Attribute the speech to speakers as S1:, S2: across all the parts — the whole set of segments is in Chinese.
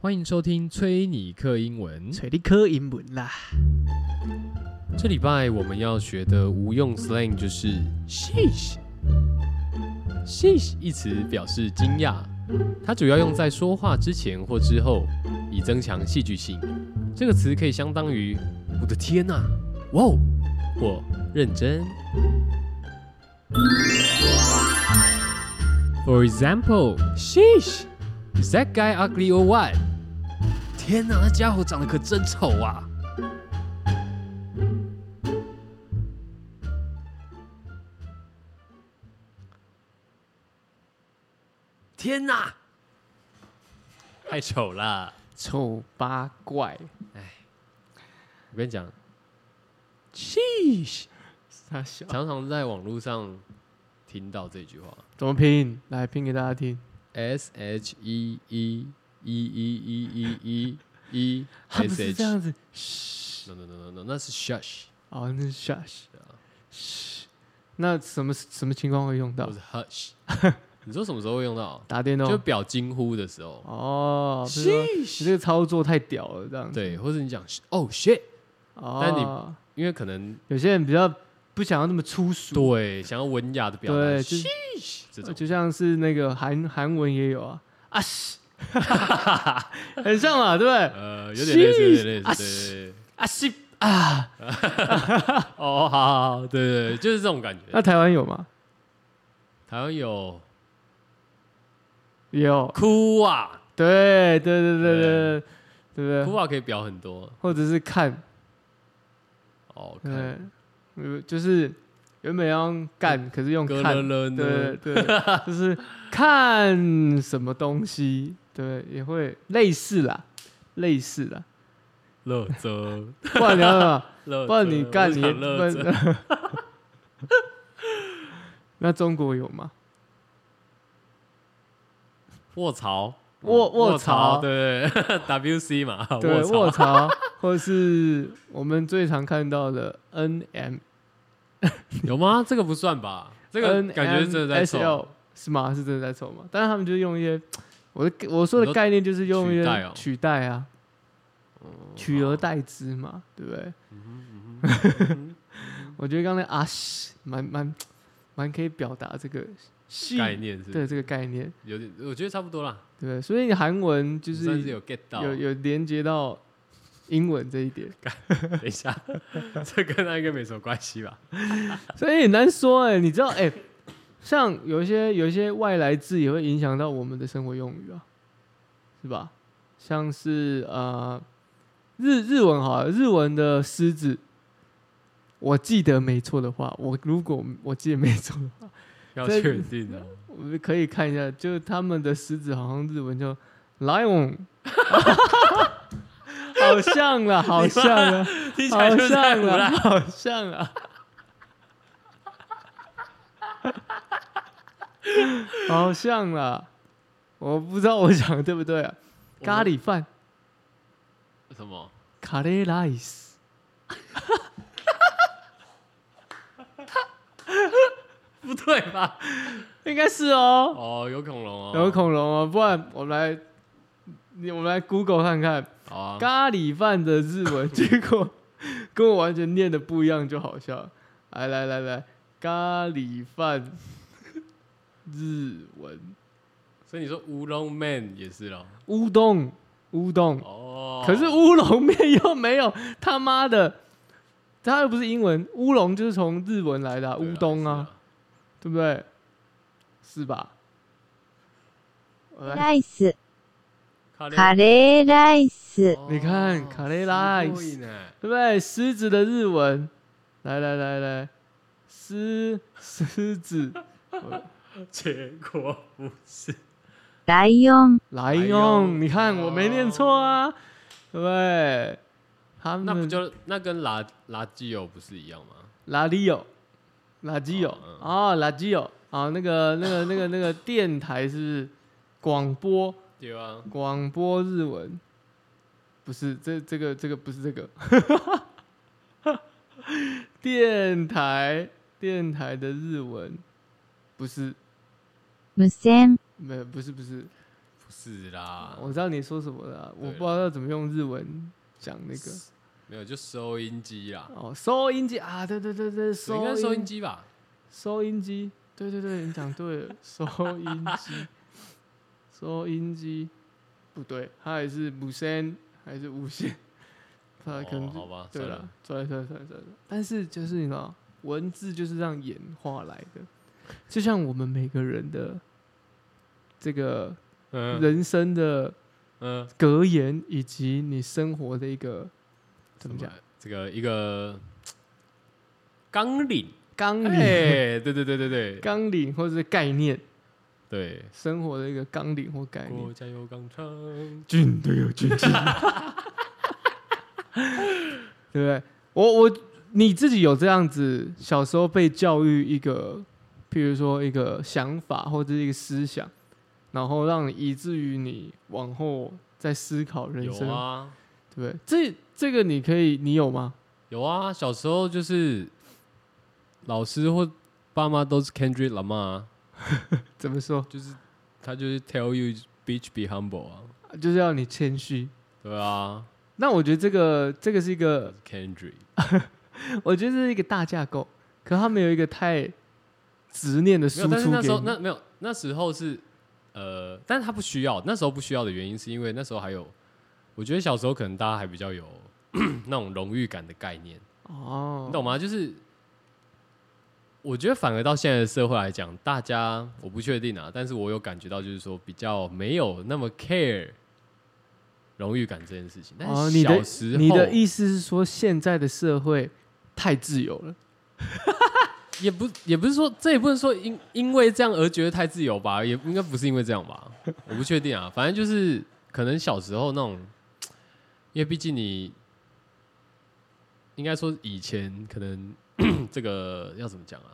S1: 欢迎收听崔尼克英文。
S2: 嗯找你考英文啦。
S1: 这礼拜我们要学的无用 slang 就是 sheesh。sheesh 一词表示惊讶，它主要用在说话之前或之后，以增强戏剧性。这个词可以相当于“我的天呐、哇哦”或“认真”。For example, sheesh, is that guy ugly or what？天啊哪，那家伙长得可真丑啊！天哪，太丑了！
S2: 丑八怪
S1: 我跟你讲，
S2: ，sheesh，傻小，
S1: 常常在网络上听到这句话
S2: 怎么拼？来拼给大家听。
S1: ：S H E E E E E E E E
S2: 他不
S1: S
S2: 是
S1: H
S2: 这样子，
S1: No no no no no，那是 shush，
S2: 哦，那是 shush
S1: 对啊。
S2: 嘘那什么什么情况会用到
S1: 不？是 hush。你 说什么时候会用到？
S2: 打电
S1: 就
S2: 动。
S1: 表惊呼的时候，
S2: 哦，不是说你
S1: Sheesh
S2: 这个操作太屌了，这样子。
S1: 对，或者你讲哦 shit，但你
S2: 哦，
S1: 因为可能
S2: 有些人比较不想要那么粗俗，
S1: 对想要文雅的表达
S2: 对，就
S1: sheesh 这种
S2: 就像是那个韩韩文也有 啊，啊西，很像嘛，对不对？
S1: 呃有点类似，有
S2: sheesh
S1: 点类
S2: 啊
S1: 似，对对对
S2: 啊西啊，
S1: 哦，好好好，对对，对就是这种感觉。
S2: 那台湾有吗？
S1: 台湾有
S2: 也有，
S1: 哭啊，
S2: 对对对对对对对不
S1: 哭
S2: 对？
S1: 啊可以表很多
S2: 或者是看，
S1: 哦，看
S2: 对，呃就是原本要用干，可是用
S1: 咯
S2: 看
S1: 了，了
S2: 对
S1: 呢，
S2: 对，就是看什么东西，对，也会类似啦，类似啦，
S1: 乐泽，
S2: 不然你要什 么？
S1: 乐
S2: 不然你
S1: 泽
S2: 干
S1: 我
S2: 你
S1: 想乐泽，
S2: 不 那中国有吗？
S1: 卧槽，嗯
S2: 卧卧
S1: 槽，
S2: 槽
S1: 对对 对，WC 嘛，
S2: 对，
S1: 啊槽
S2: 卧槽，或是我们最常看到的 N M
S1: 有吗？这个不算吧？这个
S2: N
S1: 感觉是真的在凑
S2: L 是吗？是真的在凑吗？但是他们就用一些我的我说
S1: 你
S2: 的
S1: 说
S2: 概念，就是用
S1: 取
S2: 一
S1: 代
S2: 些
S1: 哦
S2: 取代啊，取而代之嘛，对不对？
S1: 嗯
S2: 我觉得刚才啊西蛮蛮蛮可以表达这个戏
S1: 概念是不是
S2: 对这个概念，
S1: 有点，我觉得差不多啦，
S2: 对不对？所以韩文就
S1: 算是
S2: 是
S1: 有 get 到。
S2: 有有连接到英文这一点，
S1: 等一下， 这跟那应该没什么关系吧？
S2: 所以很难说哎、你知道哎、像有一些有一些外来字也会影响到我们的生活用语啊，是吧？像是呃日日文好了，日文的狮子，我记得没错的话，我如果我记得没错的话，
S1: 要
S2: 这
S1: 确定哦。
S2: 我们可以看一下，就他们的狮子好像日文叫 lion，好像了，好像了。
S1: 听起
S2: 好
S1: 来就是在
S2: 像
S1: 胡
S2: 啊，
S1: 乱。
S2: 好像啊，啊 好像啦，我不知道我讲的对不对啊？
S1: 我们
S2: 咖喱饭，
S1: 什么？
S2: 咖喱 rice，
S1: 不对吧？
S2: 应该是哦。
S1: 哦，有恐龙哦，
S2: 有恐龙哦，不然我们来，你我们来 Google 看看
S1: 好啊。
S2: 咖喱饭的日文， 结果跟我完全念的不一样，就好笑。来来来来，咖喱饭日文。
S1: 所以你说乌龙 man 也是咯。
S2: 乌冬，乌冬。
S1: 哦，
S2: 可是乌龙面又没有 他妈的，它又不是英文，乌龙就是从日文来的啊、
S1: 对
S2: 乌冬啊，
S1: 是
S2: 对不对？是吧？我来
S3: ライス、
S1: 啊卡列
S3: カレーライス、
S1: 哦
S2: 你看卡列拉
S1: すごい呢
S2: 对不对？狮子的日文，来来来来，狮狮子，
S1: 结果不是。
S3: ライオン、
S2: 来
S1: 哎呦
S2: 用，你看我没念错啊，对不对？他们
S1: 哦那不就那跟垃垃圾油不是一样吗？
S2: 拉里有，拉基有
S1: 嗯
S2: 啊，拉基有啊，那个那个那个那 个电台是不是广播
S1: 对啊，
S2: 广播日文，不是这这个这个不是这个， 电台电台的日文不是
S3: 無線、
S2: 没有不是不是
S1: 不是啦，
S2: 我知道你说什么了，我
S1: 对
S2: 不知道要怎么用日文讲那个
S1: 没有就收音机啦，
S2: 哦，收音机啊，对对对对，收
S1: 应该是收音
S2: 音
S1: 机吧？
S2: 收音机，对对对，你讲对了，收音机，收音机，不对，它还是无线还是无线，它可能
S1: 哦
S2: 就、
S1: 好吧
S2: 对
S1: 算
S2: 了
S1: 了，
S2: 算了算了算了算了，但是就是你知道，文字就是这样演化来的，就像我们每个人的这个
S1: 嗯
S2: 人生的
S1: 嗯，
S2: 格言，以及你生活的一个怎
S1: 怎
S2: 么讲？
S1: 这个一个纲领，
S2: 纲领、
S1: 哎，对对对对对
S2: 纲领或者是概念，
S1: 对，
S2: 生活的一个纲领或概念
S1: 国。家有钢厂，
S2: 军队有军纪，对不对？我我你自己有这样子小时候被教育一个，譬如说一个想法或者是一个思想，然后让你以至于你往后在思考人
S1: 有
S2: 生，
S1: 啊
S2: 对不对？这这个你可以，你有吗？
S1: 有啊，小时候就是老师或爸妈都是 Kendrick Lamar，啊
S2: 怎么说？
S1: 就是他就是 tell you bitch be humble 啊，
S2: 就是要你谦虚。
S1: 对啊
S2: 那我觉得这个这个是一个，
S1: ，Kendrick，
S2: 我觉得这是一个大架构，可他没有一个太执念的
S1: 没
S2: 输
S1: 有，但是
S2: 出
S1: 那
S2: 给
S1: 时候
S2: 你
S1: 那没有，那时候是呃，但是他不需要，那时候不需要的原因是因为那时候还有，我觉得小时候可能大家还比较有 那种荣誉感的概念，
S2: 哦，
S1: 你懂吗？就是我觉得反而到现在的社会来讲，大家我不确定啊，但是我有感觉到就是说比较没有那么 care 荣誉感这件事情。但
S2: 哦，
S1: 是
S2: 你
S1: 小
S2: 的
S1: 时候，
S2: 你的意思是说，现在的社会太自由了？
S1: 也不也不是说这也不能说因因为这样而觉得太自由吧，也应该不是因为这样吧，我不确定啊。反正就是可能小时候那种，因为毕竟你应该说以前可能 这个要怎么讲啊，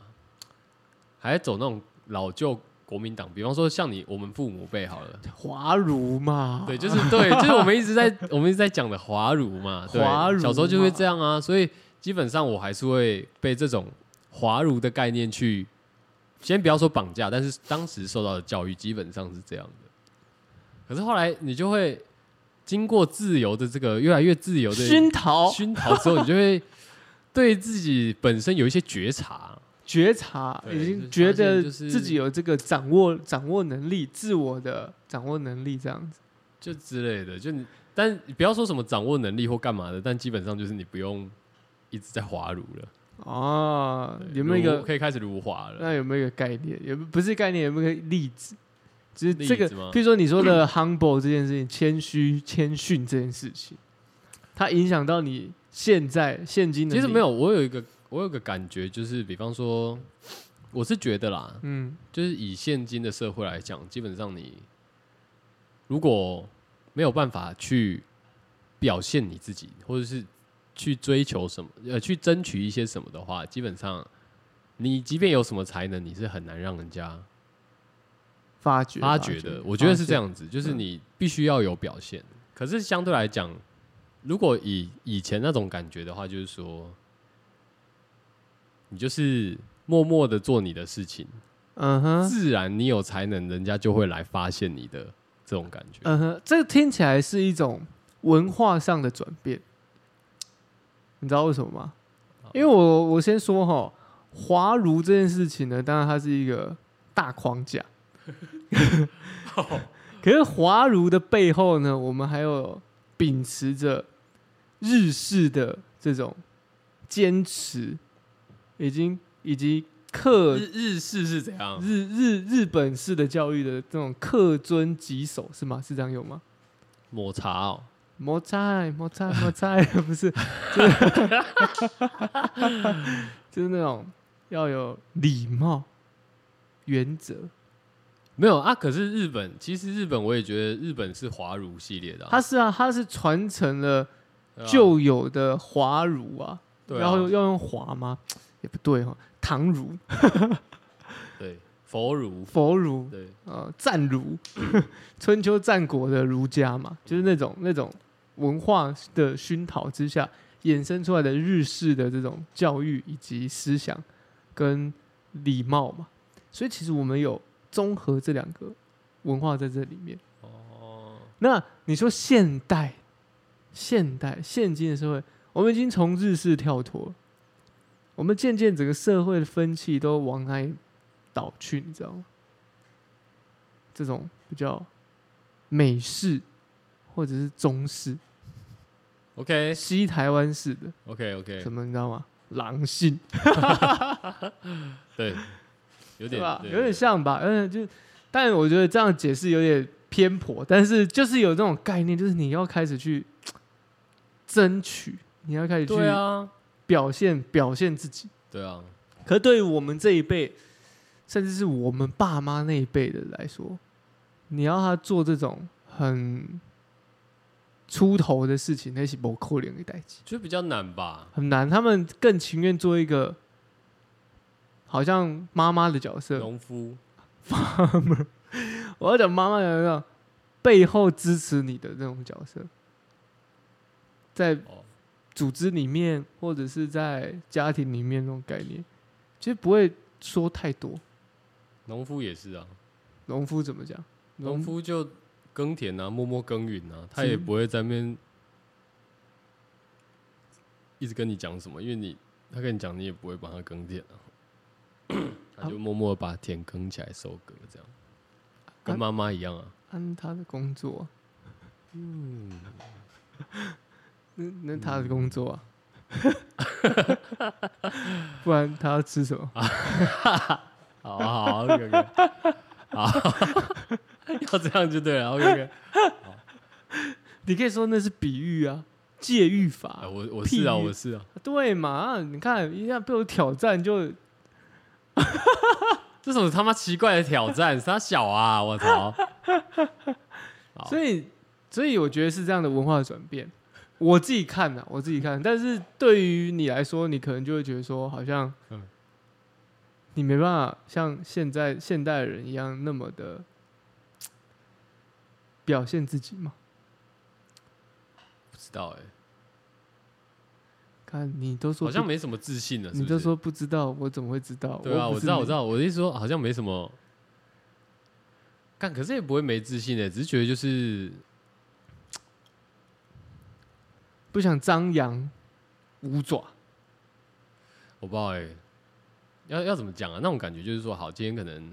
S1: 还走那种老旧国民党，比方说像你我们父母辈好了，
S2: 华儒 嘛，
S1: 对，就是对，就是我们一直在 我们一直在讲的华儒嘛，对，
S2: 华儒
S1: 小时候就会
S2: 嘛
S1: 这样啊，所以基本上我还是会被这种华儒的概念去，先不要说绑架，但是当时受到的教育基本上是这样的。可是后来你就会经过自由的这个越来越自由的
S2: 熏陶、
S1: 熏陶之后，你就会对自己本身有一些觉察，
S2: 觉察，
S1: 对
S2: 已
S1: 就是
S2: 经觉
S1: 发现
S2: 得
S1: 就是
S2: 自己有这个掌握、掌握能力、自我的掌握能力这样子。
S1: 就之类的，就你。但不要说什么掌握能力或干嘛的，但基本上就是你不用一直在华儒了。
S2: 哦，
S1: 对
S2: 有没有一
S1: 如
S2: 个？
S1: 可以开始如华了？
S2: 那有没有一个概念？有没有不是概念？有没有一个例子？就是这
S1: 例
S2: 个
S1: 子吗，
S2: 譬如说你说的 humble 这件事情，谦虚、谦逊这件事情，它影响到你现在现今的。
S1: 其实没，有，我有一个我有一个感觉，就是比方说，我是觉得啦，
S2: 嗯，
S1: 就是以现今的社会来讲，基本上你如果没有办法去表现你自己，或者是去追求什么，呃，去争取一些什么的话，基本上你即便有什么才能，你是很难让人家
S2: 发掘
S1: 发掘的。我觉得是这
S2: 发
S1: 样子，就是
S2: 嗯
S1: 你必须要有表现。可是相对来讲，如果以以前那种感觉的话，就是说，你就是默默的做你的事情，
S2: 掘。嗯哼，
S1: 自然你有才能，人家就会来发现你的这种感觉。
S2: 嗯哼，这个听起来是一种文化上的转变，你知道为什么吗？因为我我先说哈，华儒这件事情呢，当然它是一个大框架，可是华儒的背后呢，我们还有秉持着日式的这种坚持，已经以及克
S1: 日日式是怎样？
S2: 日日日本式的教育的这种恪遵己守是吗？是这样用吗？
S1: 抹茶哦，
S2: 摩擦摩擦摩擦， 不是，就是就是那种要有礼貌、原则。
S1: 没有啊。可是日本，其实日本我也觉得日本是华儒系列的、啊，
S2: 它是啊，它是传承了
S1: 对啊
S2: 旧有的华儒啊，
S1: 对啊
S2: 然后要用华吗？也不对哦，唐儒、
S1: 对佛儒，
S2: 佛儒、
S1: 对
S2: 呃战儒， 春秋战国的儒家嘛，就是那种那种文化的熏陶之下衍生出来的日式的这种教育以及思想跟礼貌嘛，所以其实我们有综合这两个文化在这里面，
S1: 哦，
S2: 那你说现代、现代、现今的社会，我们已经从日式跳脱了，我们渐渐整个社会的风气都往哪里倒去，你知道吗？这种比较美式或者是中式、
S1: OK
S2: 西台湾式的
S1: OK OK，
S2: 什么，你知道吗？狼性，
S1: 对，有
S2: 对
S1: 点
S2: 吧？
S1: 对
S2: 有点
S1: 对
S2: 像吧？嗯，就但我觉得这样解释有点偏颇，但是就是有这种概念，就是你要开始去争取，你要开始去
S1: 对啊，
S2: 表现表现自己。
S1: 对啊，
S2: 可是对于我们这一辈，甚至是我们爸妈那一辈的来说，你要他做这种很出头的事情，那是不扣脸的代际，
S1: 就比较难吧。
S2: 很难。他们更情愿做一个好像妈妈的角色，
S1: 农夫，
S2: 我要讲妈妈的那种背后支持你的那种角色，在
S1: 哦
S2: 组织里面或者是在家庭里面那种概念，其实不会说太多。
S1: 农夫也是啊，
S2: 农夫怎么讲？
S1: 农夫就耕田啊，默默耕耘啊，他
S2: 是
S1: 也不会在那边一直跟你讲什么，因为你他跟你讲，你也不会帮他耕田啊， 他就默默地把田耕起来收割，这样跟妈妈一样啊。
S2: 按他的工作啊、
S1: 嗯，
S2: 那那他的工作啊，不然他要吃什么？
S1: 好啊好啊，OK OK，好， 要这样就对了，OK OK。
S2: 你可以说那是比喻啊，借喻法啊、
S1: 哎我我是啊，
S2: 譬喻
S1: 我是啊，
S2: 对嘛？你看一下被我挑战就
S1: 这什么他妈奇怪的挑战？傻小啊！我操！好
S2: 所以，所以我觉得是这样的文化转变。我自己看的、我自己
S1: 嗯
S2: 看。但是对于你来说，你可能就会觉得说，好像
S1: 嗯，
S2: 你没办法像现在现代人一样那么的表现自己嘛。
S1: 不知道哎、
S2: 看你都说
S1: 好像
S2: 不
S1: 没什么自信了，是不是
S2: 你都说不知道，我怎么会知道？
S1: 对啊，
S2: 又
S1: 我
S2: 不是
S1: 知道，
S2: 你
S1: 我知。道，我的意思说好像没什么干，可是也不会没自信的、欸只是觉得就是
S2: 不想张扬五爪，
S1: 我不知道哎、要要怎么讲啊？那种感觉就是说，好，今天可能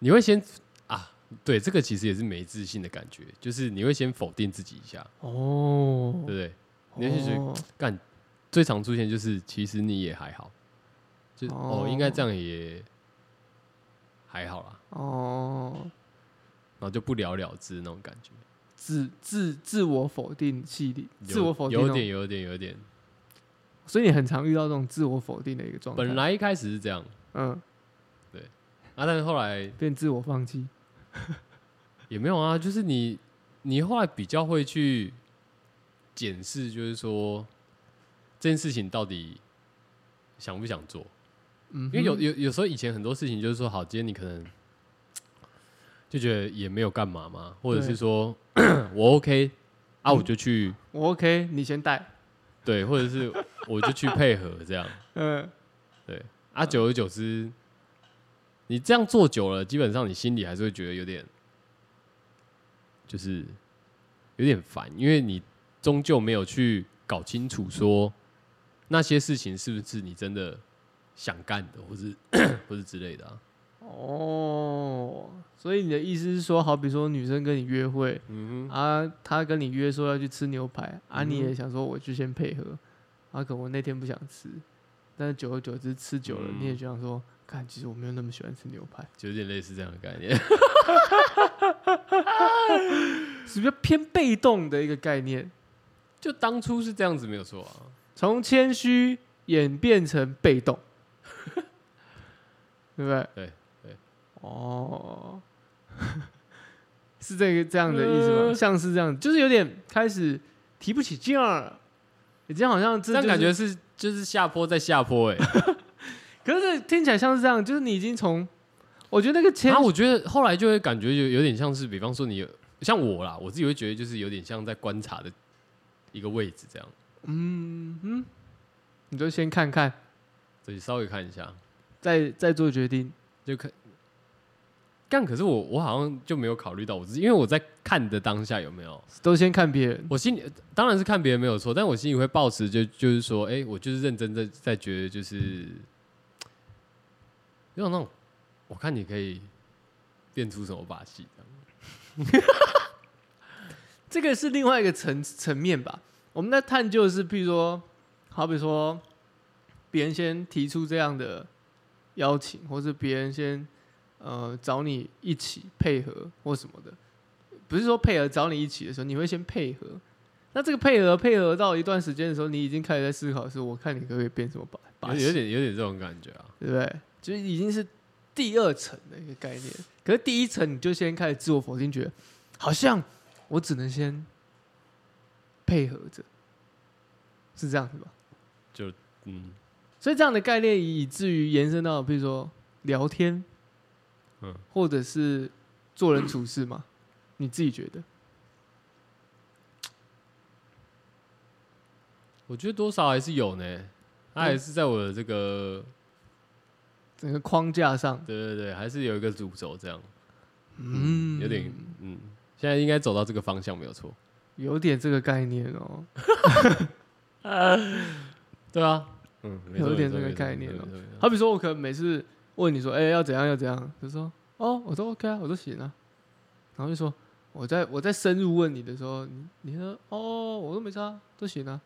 S1: 你会先啊，对，这个其实也是没自信的感觉，就是你会先否定自己一下，
S2: 哦
S1: 对不对？你会觉得
S2: 哦
S1: 干最常出现就是，其实你也还好，就哦
S2: 哦
S1: 应该这样也还好啦，
S2: 哦，
S1: 然后就不了了之那种感觉，
S2: 自自自我否定系列，
S1: 有
S2: 自我否定、哦
S1: 有点，有点有点。
S2: 所以你很常遇到这种自我否定的一个状态。
S1: 本来一开始是这样
S2: 嗯，
S1: 啊，但是后来
S2: 变自我放弃，
S1: 也没有啊，就是你你后来比较会去检视，就是说这件事情到底想不想做，
S2: 嗯哼，
S1: 因为有有有时候以前很多事情就是说，好，今天你可能就觉得也没有干嘛嘛，或者
S2: 对
S1: 是说 我 OK 啊，我就去、
S2: 我 OK，你先带，
S1: 对，或者是我就去配合这样
S2: 嗯，
S1: 啊，久而久之，你这样做久了，基本上你心里还是会觉得有点，就是有点烦，因为你终究没有去搞清楚说那些事情是不是你真的想干的，或是或是之类的啊，
S2: 哦，所以你的意思是说，好比说女生跟你约会
S1: 嗯哼。
S2: 啊，她跟你约说要去吃牛排啊，
S1: 嗯
S2: 你也想说我就先配合，啊，可我那天不想吃，但是久而久之吃久了，
S1: 嗯
S2: 你也就想说，看，其实我没有那么喜欢吃牛排，
S1: 就有点类似这样的概念。
S2: 是比较偏被动的一个概念，
S1: 就当初是这样子没有错啊，
S2: 从谦虚演变成被动， 对不对？
S1: 对对。
S2: 哦， 是这个这样的意思吗？
S1: 呃
S2: 像是这样，就是有点开始提不起劲儿了，已经好像这、
S1: 这
S2: 就是、
S1: 样感觉是就是下坡再下坡哎、
S2: 可是听起来像是这样，就是你已经从，我觉得那个谦
S1: 然后啊我觉得后来就会感觉有有点像是，比方说你有像我啦，我自己会觉得就是有点像在观察的一个位置这样，
S2: 嗯嗯，你就先看看，
S1: 所以稍微看一下，
S2: 再再做决定。
S1: 就看但可是我我好像就没有考虑到我自己，因为我在看的当下有没有，
S2: 都先看别人。
S1: 我心里当然是看别人没有错，但我心里会抱持就就是说，哎、我就是认真在在觉得就是有种那种，我看你可以变出什么把戏这样
S2: 这个是另外一个层层面吧。我们在探究的是，譬如说，好比说，别人先提出这样的邀请，或是别人先呃找你一起配合或什么的，不是说配合找你一起的时候，你会先配合。那这个配合配合到一段时间的时候，你已经开始在思考是，我看你可不可以变什么把把
S1: 有
S2: 戏
S1: 有，点有点这种感觉啊。
S2: 对不对？就是已经是第二层的一个概念。可是第一层你就先开始自我否定，觉得好像我只能先配合着，是这样子吧？
S1: 嗯，
S2: 所以这样的概念以至于延伸到，比如说聊天，
S1: 嗯，
S2: 或者是做人处事嘛，你自己觉得？
S1: 我觉得多少还是有呢，它还是在我的这个，
S2: 整个框架上，
S1: 对对对，还是有一个主轴这样，
S2: 嗯，
S1: 有点嗯，现在应该走到这个方向没有错。
S2: 嗯有点这个概念哦。
S1: 对啊，嗯，没错
S2: 有点
S1: 没错
S2: 这个
S1: 没错
S2: 概念
S1: 没错
S2: 哦
S1: 没错没错
S2: 好比说，我可能每次问你说，哎、要怎样要怎样，就说，哦，我说 OK 啊，我说行啊，然后就说，我在我在深入问你的时候，你你说，哦，我都没差，都行啊，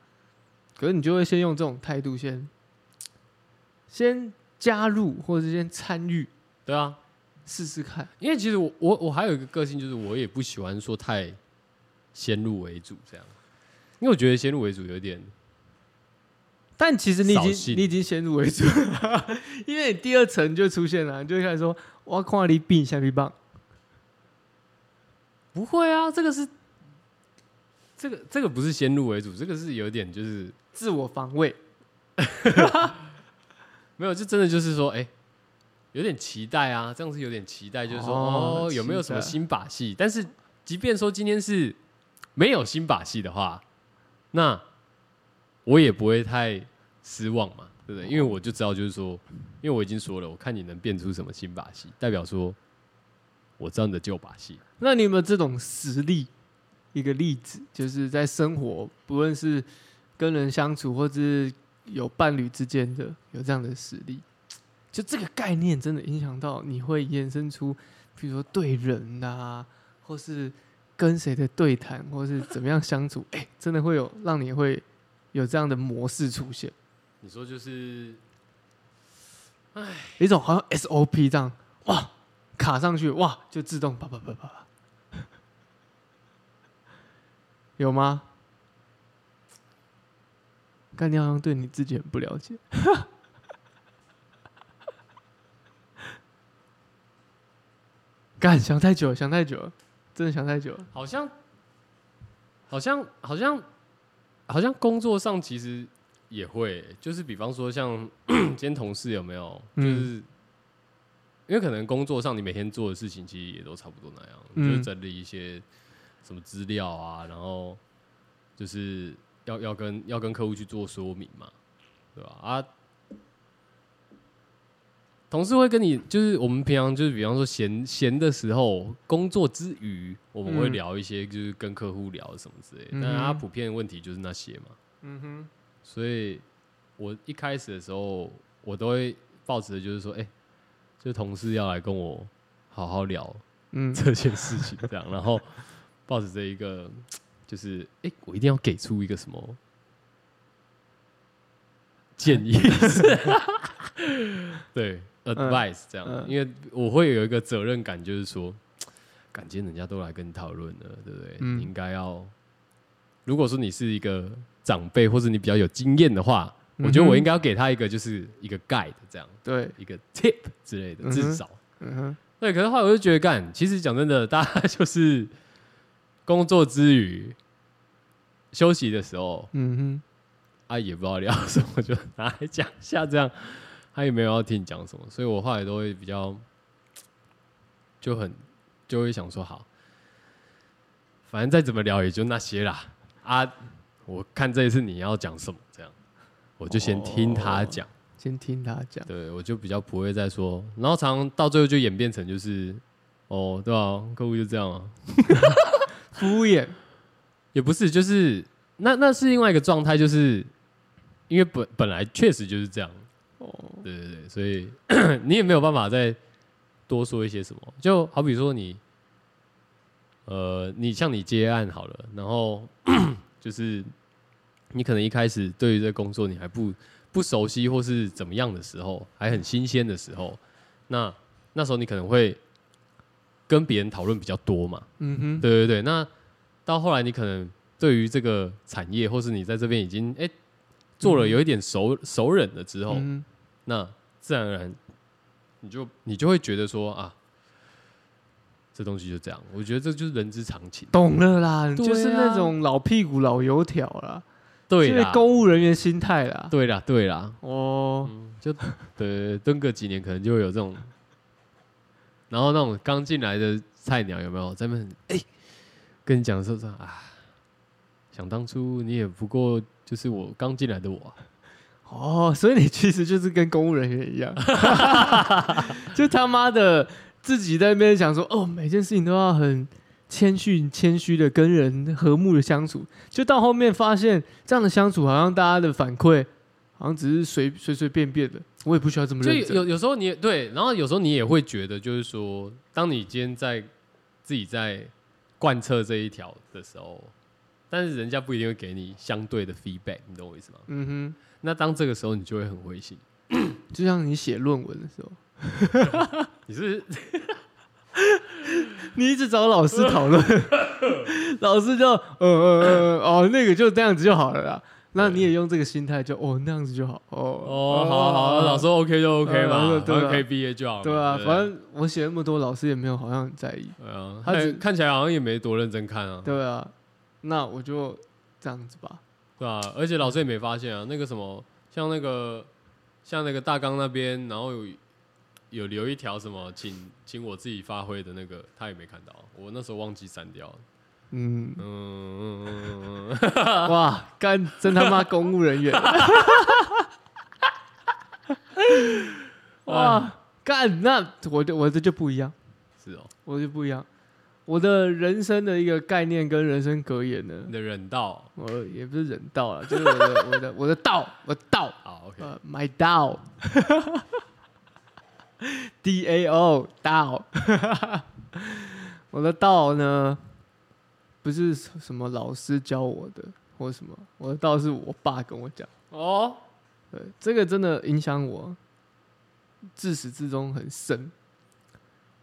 S2: 可是你就会先用这种态度先，先加入或者是先参与
S1: 对啊，
S2: 试试看，
S1: 因为其实我我我还有一个个性，就是我也不喜欢说太先入为主这样，因为我觉得先入为主有点
S2: 但其实你已
S1: 扫
S2: 经
S1: 兴
S2: 你已经先入为主了， 因为你第二层就出现了，你就会开始说，我要看你比下臂棒，
S1: 不会啊，这个是这个这个不是先入为主，这个是有点就是
S2: 自我防卫，
S1: 没有，就真的就是说，哎、有点期待啊，这样是有点期待，就是说
S2: 哦
S1: 哦有没有
S2: 期
S1: 什
S2: 待
S1: 么新把戏？但是即便说今天是没有新把戏的话，那我也不会太失望嘛，对不对？因为我就知道，就是说，因为我已经说了，我看你能变出什么新把戏，代表说我知道你的旧把戏。
S2: 那你有没有这种实例？一个例子，就是在生活，不论是跟人相处，或是有伴侣之间的，有这样的实例，就这个概念真的影响到你会衍生出，比如说对人啊，或是跟谁的对谈，或是怎么样相处，哎、真的会有让你会有这样的模式出现，
S1: 你说就是
S2: 有一种好像 SOP 这样，哇，卡上去，哇，就自动啪啪啪啪啪， 有吗？干你好像对你自己很不了解， 干想太久了，想太久了，真的想太久了。
S1: 好像，好像，好像，好像工作上其实也会，就是比方说像 今天同事有没有，就是、因为可能工作上你每天做的事情其实也都差不多那样，
S2: 嗯
S1: 就是整理一些什么资料啊，然后就是要要跟要跟客户去做说明嘛，对吧？啊。同事会跟你，就是我们平常就是比方说闲闲的时候，工作之余，我们会
S2: 嗯
S1: 聊一些就是跟客户聊什么之类的，
S2: 嗯
S1: 但他普遍的问题就是那些嘛。
S2: 嗯哼，
S1: 所以我一开始的时候，我都会抱持的就是说，哎、就同事要来跟我好好聊
S2: 嗯
S1: 这件事情，这样，然后抱持这一个就是，哎、我一定要给出一个什么建 议，对，advice 这样，
S2: 嗯
S1: 因为我会有一个责任感，就是说，感觉人家都来跟你讨论了，对不对？
S2: 嗯
S1: 你应该要，如果说你是一个长辈或者你比较有经验的话，
S2: 嗯
S1: 我觉得我应该要给他一个就是一个 guide 这样，
S2: 对，
S1: 一个 tip 之类的，
S2: 嗯哼
S1: 至少。
S2: 嗯哼，
S1: 对，可是后来我就觉得，干，其实讲真的，大家 就是工作之余、休息的时候
S2: 嗯哼，
S1: 啊，也不知道聊什么，就拿来讲一下，这样他也没有要听你讲什么，所以我后来都会比较就很就会想说，好，反正再怎么聊也就那些啦啊，我看这一次你要讲什么，这样我就先听他
S2: 哦
S1: 讲。
S2: 先听他讲。
S1: 对，我就比较不会再说，然后常常到最后就演变成就是哦，对啊，客户就这样啊，
S2: 敷衍，
S1: 也不是，就是那那是另外一个状态，就是因为本本来确实就是这样，
S2: 哦，
S1: 对对对，所以 你也没有办法再多说一些什么。就好比说你，呃，你像你接案好了，然后 就是你可能一开始对于这个工作你还不不熟悉或是怎么样的时候，还很新鲜的时候，那那时候你可能会跟别人讨论比较多嘛，
S2: 嗯哼，
S1: 对对对，那到后来你可能对于这个产业，或是你在这边已经哎、做了有一点熟、熟人了之后，
S2: 嗯
S1: 那自然而然你就你就会觉得说啊，这东西就这样，我觉得这就是人之常情
S2: 哼，，懂了啦，
S1: 对啊
S2: 就是那种老屁股、老油条啦，
S1: 对
S2: 就是
S1: 啦，
S2: 公务人员心态啦。
S1: 对嗯啦，对啦，
S2: 哦，
S1: 就对对对蹲个几年可能就会有这种，然后那种刚进来的菜鸟有没有在那边很哎、跟你讲的时候说啊，想当初你也不过就是我刚进来的我啊、
S2: 哦，所以你其实就是跟公务人员 一样，就他妈的自己在那边想说，哦，每件事情都要很谦逊、谦虚的跟人和睦的相处，就到后面发现这样的相处好像大家的反馈好像只是随随随便便的，我也不需要这么
S1: 就
S2: 认真。
S1: 有有时候你也对，然后有时候你也会觉得，就是说，当你今天在自己在贯彻这一条的时候，但是人家不一定会给你相对的 feedback，你懂我意思吗？
S2: 嗯
S1: 那当这个时候，你就会很灰心。
S2: 哼，就像你写论文的时候，
S1: 你是不是
S2: 你一直找老师 讨论，老师就呃呃呃哦，那个就这样子就好了啦。那你也用这个心态就哦那样子就好 哦
S1: 哦，好好，老师 OK 就 OK 嘛，
S2: 呃对啊
S1: 反正可以毕业就好了。
S2: 对啊，
S1: 不
S2: 反正我写那么多，老师也没有好像很在意。
S1: 对啊，
S2: 他
S1: 他
S2: 只
S1: 看起来好像也没多认真看啊，
S2: 对啊，那我就这样子吧。
S1: 对啊，而且老师也没发现啊，那个什么，像那个像那个大纲那边，然后有有留一条什么，请请我自己发挥的那个，他也没看到，我那时候忘记删掉了。
S2: 嗯，
S1: 嗯嗯嗯嗯
S2: 哇，干真他妈公务 人员！哇，干那我的我这就不一样，
S1: 是哦，
S2: 我就不一样。我的人生的一个概念跟人生格言呢
S1: 你，的忍道，
S2: 我也不是人道了，就是我的我的我的道，我道，
S1: 好 OK，
S2: 呃，my 道 ，D A O 道， 我的道呢，不是什么老师教我的或什么，我的道是我爸跟我讲，
S1: 哦，
S2: 对，这个真的影响我，自始至终很深。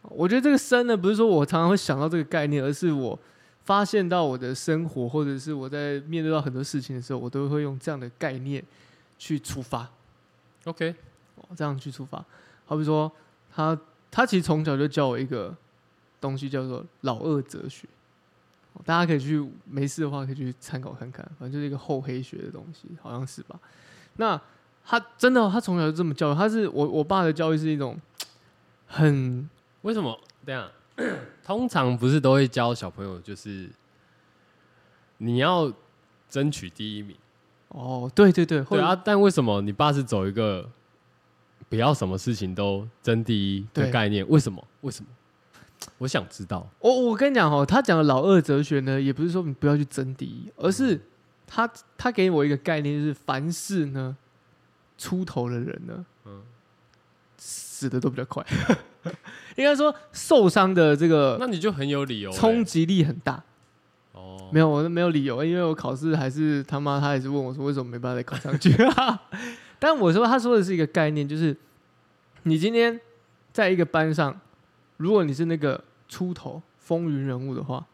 S2: 我觉得这个深呢，不是说我常常会想到这个概念，而是我发现到我的生活，或者是我在面对到很多事情的时候，我都会用这样的概念去出发。
S1: OK，
S2: 哦，这样去出发。好比说，他他其实从小就教我一个东西，叫做老二哲学。哦大家可以去没事的话可以去参考看看，反正就是一个厚黑学的东西，好像是吧？那他真的哦、他从小就这么教我，他是我我爸的教育是一种很
S1: 为什么？这样 通常不是都会教小朋友，就是你要争取第一名。
S2: 哦，对对对，或
S1: 对
S2: 者
S1: 啊，但为什么你爸是走一个不要什么事情都争第一的
S2: 对
S1: 概念？为什么？为什么？我想知道。
S2: 我我跟你讲哦，他讲的老二哲学呢，也不是说你不要去争第一，而
S1: 嗯
S2: 是他他给我一个概念，就是凡事呢，出头的人呢，
S1: 嗯
S2: 死的都比较快， 应该说受伤的这个
S1: 那你就很有理由、欸。
S2: 呃冲击力很大。
S1: 哦，
S2: 没有，我都没有理由，因为我考试还是他妈，他还是问我说为什么没办法再考上去。 但我说他说的是一个概念，就是你今天在一个班上，如果你是那个出头风云人物的话，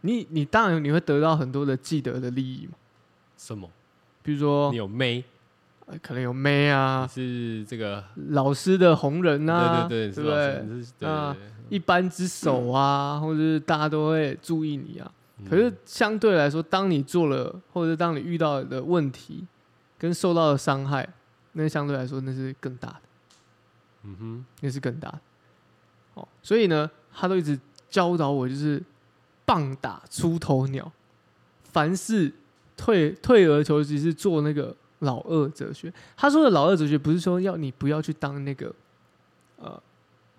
S2: 你你当然你会得到很多的既得的利益嘛，
S1: 什么？
S2: 比如说
S1: 你、有妹？
S2: 呃可能有妹
S1: 你，
S2: 啊
S1: 是这个？
S2: 老师的红人啊，
S1: 对对对，
S2: 对
S1: 是
S2: 不
S1: 老师
S2: 对？
S1: 你是对
S2: 啊
S1: 对对
S2: 一班之首啊，或者是大家都会注意你啊。
S1: 嗯
S2: 可是相对来说，当你做了，或者是当你遇到的问题跟受到的伤害，那相对来说那是更大的，
S1: 嗯 哼，
S2: 那是更大的。哦，所以呢，他都一直教导我，就是棒打出头鸟，凡事退退而求其次，做那个老二哲学。他说的老二哲学，不是说要你不要去当那个呃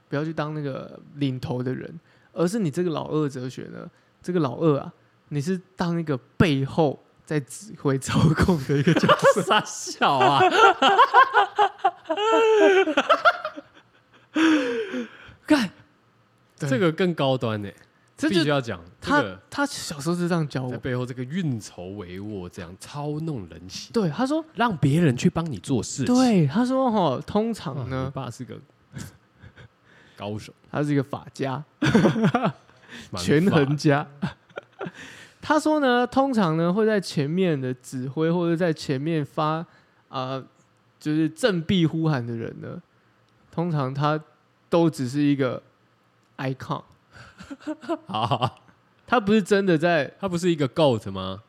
S2: 不要去当那个领头的人，而是你这个老二哲学呢，这个老二啊，你是当一个背后在指挥 操控的一个角色。
S1: 傻笑 啊！
S2: 干，对
S1: 这个更高端呢、
S2: 这
S1: 必
S2: 就
S1: 须要讲。
S2: 他、
S1: 这个
S2: 他小时候是这样教
S1: 在
S2: 我，
S1: 背后这个运筹帷幄，这样操弄人心，
S2: 对他说，
S1: 让别人去帮你做事情。
S2: 对他说哈，通
S1: 哇，
S2: 常
S1: 你
S2: 呢，
S1: 爸是个 高手，
S2: 他是一个法家，
S1: 蛮
S2: 权
S1: 法
S2: 衡家。 他说呢，通常呢会在前面的指挥或者在前面发啊、呃就是振臂呼喊的人呢，通常他都只是一个 icon，
S1: 好好好，
S2: 他不是真的在，
S1: 他不是一个 goat 吗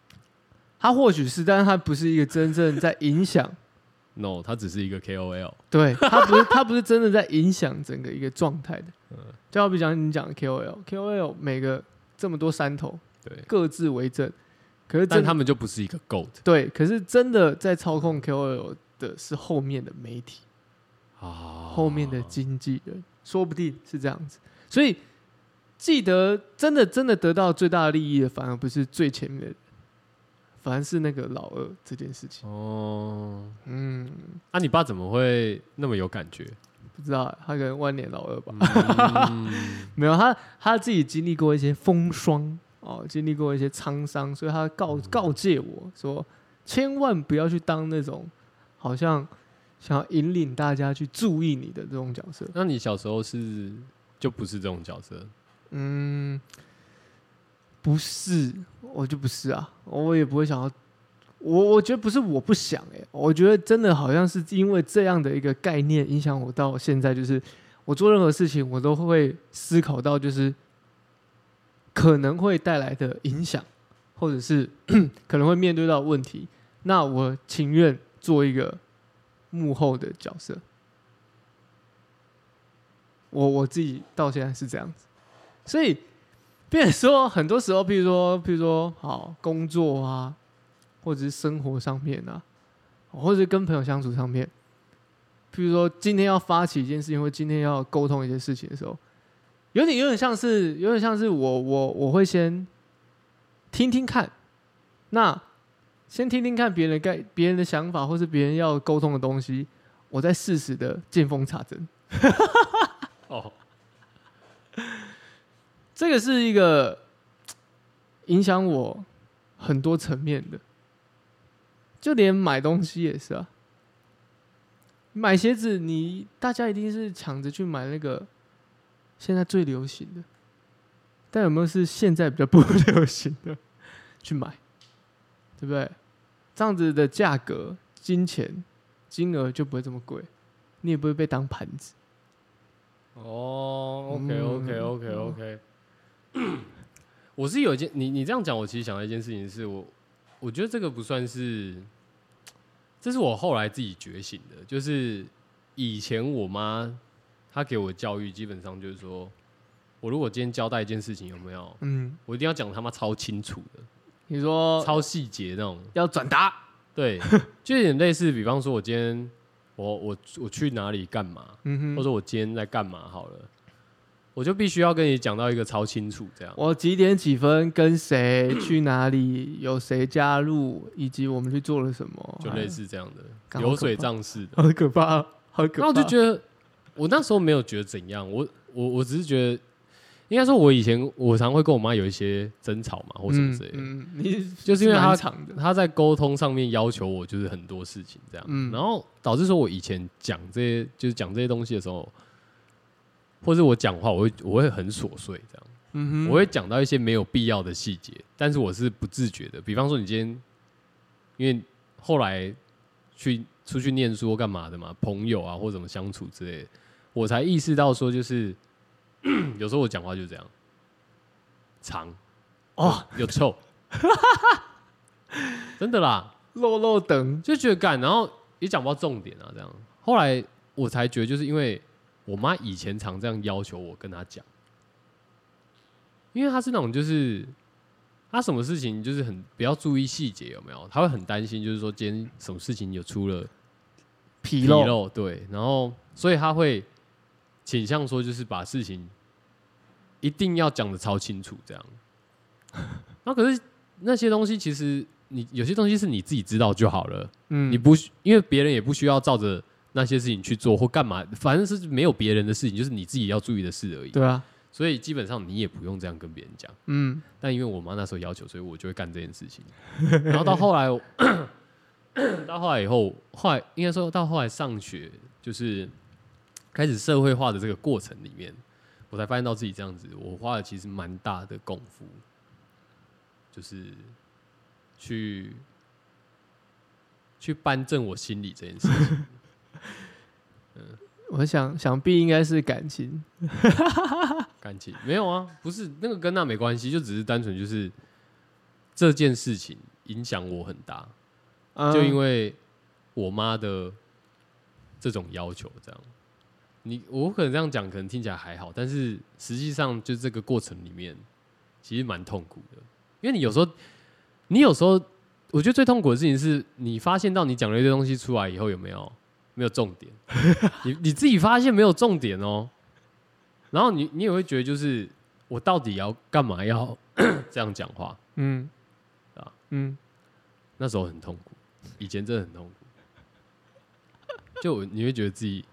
S2: 他或许是，但是他不是一个真正在影响，
S1: ？No，他只是一个 KOL。
S2: 对他不是他不是真的在影响整个一个状态的。
S1: 嗯
S2: 就好比讲你讲的 KOL，KOL 每个这么多山头
S1: 对，
S2: 各自为政，可是
S1: 但
S2: 真
S1: 他们就不是一个 goat
S2: 对，可是真的在操控 KOL 的是后面的媒体，
S1: 啊。
S2: 后面的经纪人，说不定是这样子。所以记得，真的真的得到最大的利益的，反而不是最前面的人，反而是那个老二这件事情。
S1: 哦，
S2: 嗯，
S1: 啊，你爸怎么会那么有感觉？
S2: 不知道他可能万年老二吧？
S1: 嗯
S2: 没有，他他自己经历过一些风霜哦，经历过一些沧桑，所以他告告诫我说，千万不要去当那种好像想要引领大家去注意你的这种角色。
S1: 那你小时候是就不是这种角色？
S2: 嗯，不是，我就不是啊，我也不会想要。我我觉得不是我不想哎、我觉得真的好像是因为这样的一个概念影响我到现在，就是我做任何事情我都会思考到，就是可能会带来的影响，或者是 可能会面对到的问题，那我情愿做一个幕后的角色。我我自己到现在是这样子，所以变成说很多时候，譬如说譬如说好工作啊，或者是生活上面啊，或者是跟朋友相处上面，譬如说今天要发起一件事情，或今天要沟通一件事情的时候，有点有点像是有点像是我我我会先听听看，那先听听看别人的概别人的想法，或是别人要沟通的东西，我再适时的见缝插针。
S1: 哦，
S2: 这个是一个影响我很多层面的，就连买东西也是啊。买鞋子你，大家一定是抢着去买那个现在最流行的，但有没有是现在比较不流行的 去买，对不对？这样子的价格、金钱、金额就不会这么贵，你也不会被当盘子。
S1: 哦，OK，OK，OK，OK。我 是有一件，你你这样讲，我其实想到一件事情是，我我觉得这个不算是，这是我后来自己觉醒的，就是以前我妈她给我教育，基本上就是说，我如果今天交代一件事情有没有，
S2: 嗯，
S1: 我一定要讲他妈超清楚的，
S2: 你说
S1: 超细节那种。
S2: 要转达，
S1: 对， 就有点类似，比方说我今天我我我去哪里干嘛，或
S2: 嗯哼，
S1: 者我今天在干嘛好了，我就必须要跟你讲到一个超清楚这样。
S2: 我几点几分跟谁去哪里，有谁加入，以及我们去做了什么，
S1: 就类似这样的
S2: 干
S1: 流水
S2: 好可怕
S1: 账式的。
S2: 还，好可怕哦，好可怕。
S1: 那我就觉得，我那时候没有觉得怎样，我我我只是觉得，应该说，我以前我常会跟我妈有一些争吵嘛，或什么之类的。
S2: 嗯，嗯你
S1: 就是因为他
S2: 长的，
S1: 她在沟通上面要求我就是很多事情这样，
S2: 嗯
S1: 然后导致说我以前讲这些就是讲这些东西的时候，或是我讲话，我会我会很琐碎这样。
S2: 嗯哼，
S1: 我会讲到一些没有必要的细节，但是我是不自觉的。比方说，你今天因为后来去出去念书或干嘛的嘛，朋友啊或怎么相处之类的，我才意识到说，就是 有时候我讲话就这样长
S2: 哦，
S1: 又 臭，真的啦，
S2: 漏漏等，
S1: 就觉得干，然后也讲不到重点啊，这样。后来我才觉得，就是因为我妈以前常这样要求我跟她讲，因为她是那种就是她什么事情就是很不要注意细节有没有，她会很担心，就是说今天什么事情有出了
S2: 纰漏，
S1: 对，然后所以她会倾向说就是把事情一定要讲的超清楚这样。 那可是那些东西其实你有些东西是你自己知道就好了，
S2: 嗯，
S1: 你不需因为别人也不需要照着那些事情去做或干嘛，反正是没有别人的事情，就是你自己要注意的事而已。
S2: 对啊，
S1: 所以基本上你也不用这样跟别人讲。
S2: 嗯，
S1: 但因为我妈那时候要求，所以我就会干这件事情。 然后到后来我， 到后来以后，后来应该说到后来上学，就是开始社会化的这个过程里面，我才发现到自己这样子，我花了其实蛮大的功夫，就是去去扳正我心理这件事情。
S2: 我想想必应该是感情，
S1: 感情没有啊，不是那个跟那没关系，就只是单纯就是这件事情影响我很大。
S2: 嗯
S1: 就因为我妈的这种要求，这样，你我可能这样讲，可能听起来还好，但是实际上就这个过程里面，其实蛮痛苦的，因为你有时候，你有时候，我觉得最痛苦的事情是你发现到你讲了一堆东西出来以后，有没有没有重点， 你你自己发现没有重点哦，然后你你也会觉得就是我到底要干嘛要 这样讲话，
S2: 嗯
S1: 啊
S2: 嗯，
S1: 那时候很痛苦，以前真的很痛苦。就我你会觉得自己，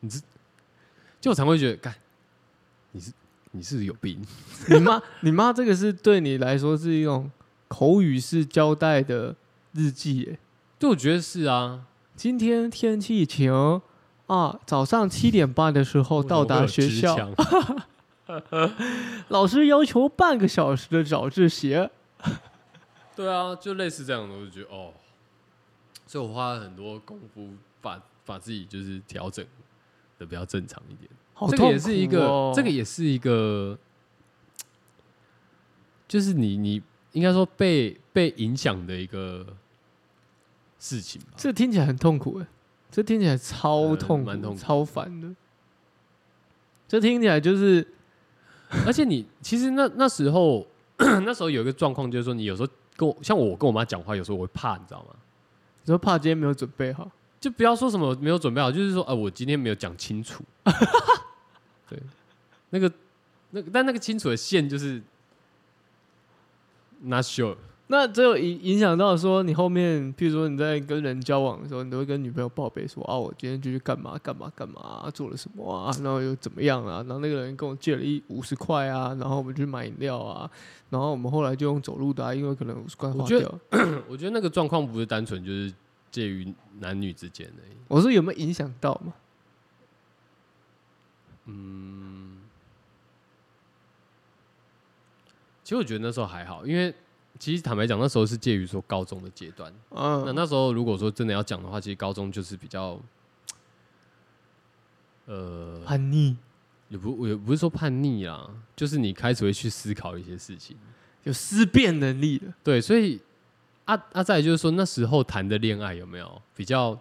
S1: 你是，就我常会觉得，干，你是你是不是有病？
S2: 你妈你妈这个是对你来说是一种口语式交代的日记耶。
S1: 就我觉得是啊，
S2: 今天天气晴啊，早上七点半的时候哦到达学
S1: 为什
S2: 校，
S1: 么会有支枪
S2: 老师要求半个小时的早自习。
S1: 对啊，就类似这样的，我就觉得哦，所以我花了很多功夫把把自己就是调整的比较正常一点。
S2: 好
S1: 这
S2: 痛
S1: 个
S2: 苦
S1: 也是一个，
S2: 哦
S1: 这个也是一个，就是你你应该说被被影响的一个事情吧。
S2: 这听起来很痛苦哎，这听起来超
S1: 呃
S2: 痛苦，
S1: 蛮痛苦
S2: 超烦的。这听起来就是
S1: 而且你其实那那时候 那时候有一个状况，就是说你有时候跟我像我跟我妈讲话，有时候我会怕，你知道吗？
S2: 你说怕今天没有准备好，
S1: 就不要说什么没有准备好，就是说，呃，我今天没有讲清 楚。对，那个那个，但那个清楚的线就是 not sure。
S2: 那这有影影响到说你后面，譬如说你在跟人交往的时候，你都会跟女朋友报备说啊，我今天就去干嘛干嘛干嘛、做了什么啊，然后又怎么样啊，然后那个人跟我借了一五十块啊，然后我们去买饮料啊，然后我们后来就用走路的、啊，因为可能五十块
S1: 我
S2: 花
S1: 觉得
S2: 掉。
S1: 我觉得那个状况不是单纯就是介于男女之间的，
S2: 我说有没有影响到嘛？
S1: 其实我觉得那时候还好，因为其实坦白讲，那时候是介于说高中的阶段。那
S2: 嗯，
S1: 那时候如果说真的要讲的话，其实高中就是比较，呃，
S2: 叛逆
S1: 也不我也不是说叛逆啦，就是你开始会去思考一些事情。
S2: 有思辨能力了，
S1: 对，所以啊啊，再来就是说那时候谈的恋爱有没有比较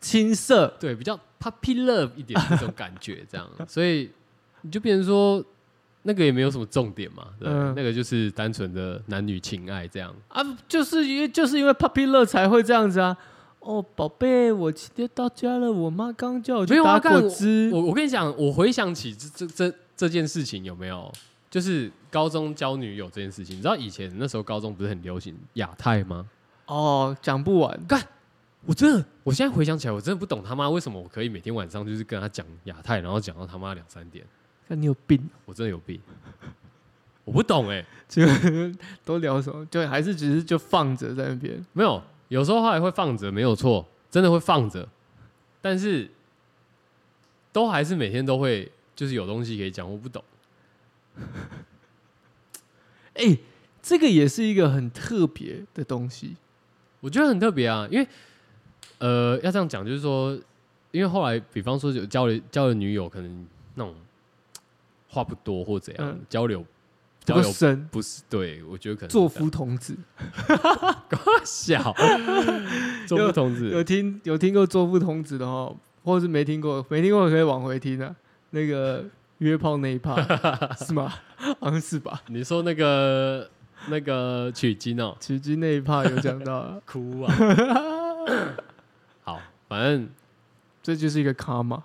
S2: 青涩，
S1: 对，比较 puppy love 一点这种感觉，这样，所以你就变成说，那个也没有什么重点嘛，对，
S2: 嗯
S1: 那个就是单纯的男女情爱这样。
S2: 啊，就是因为就是因为 Puppy 乐才会这样子啊。哦，宝贝，我今天到家了，我妈刚叫我
S1: 没
S2: 去
S1: 有啊
S2: 打
S1: 干
S2: 果汁。
S1: 我我跟你讲，我回想起这这这这件事情有没有，就是高中交女友这件事情，你知道以前那时候高中不是很流行亚太吗？
S2: 哦，讲不完。
S1: 我真的，我现在回想起来，我真的不懂他妈为什么我可以每天晚上就是跟他讲亚太，然后讲到他妈两三点，
S2: 那你有病？
S1: 我真的有病，我不懂哎、
S2: 就都聊什么？就还是只是就放着在那边？
S1: 没有，有时候后来会放着，没有错，真的会放着，但是都还是每天都会，就是有东西可以讲，我不懂。
S2: 哎、这个也是一个很特别的东西。
S1: 我觉得很特别啊，因为呃，要这样讲，就是说，因为后来，比方说有交了交了女友，可能那种话不多或怎样，
S2: 嗯
S1: 交流
S2: 不
S1: 交
S2: 够
S1: 流
S2: 深，
S1: 不是对，我觉得可能
S2: 作夫童子
S1: 小，作夫同
S2: 有
S1: 志，
S2: 听有听过作夫童子的哈，或者是没听过，没听过可以往回听啊。那个约炮那一趴是吗？好像是吧？
S1: 你说那个那个取经哦、
S2: 奇迹那一趴有讲到啊，
S1: 哭啊，好，反正
S2: 这就是一个卡嘛。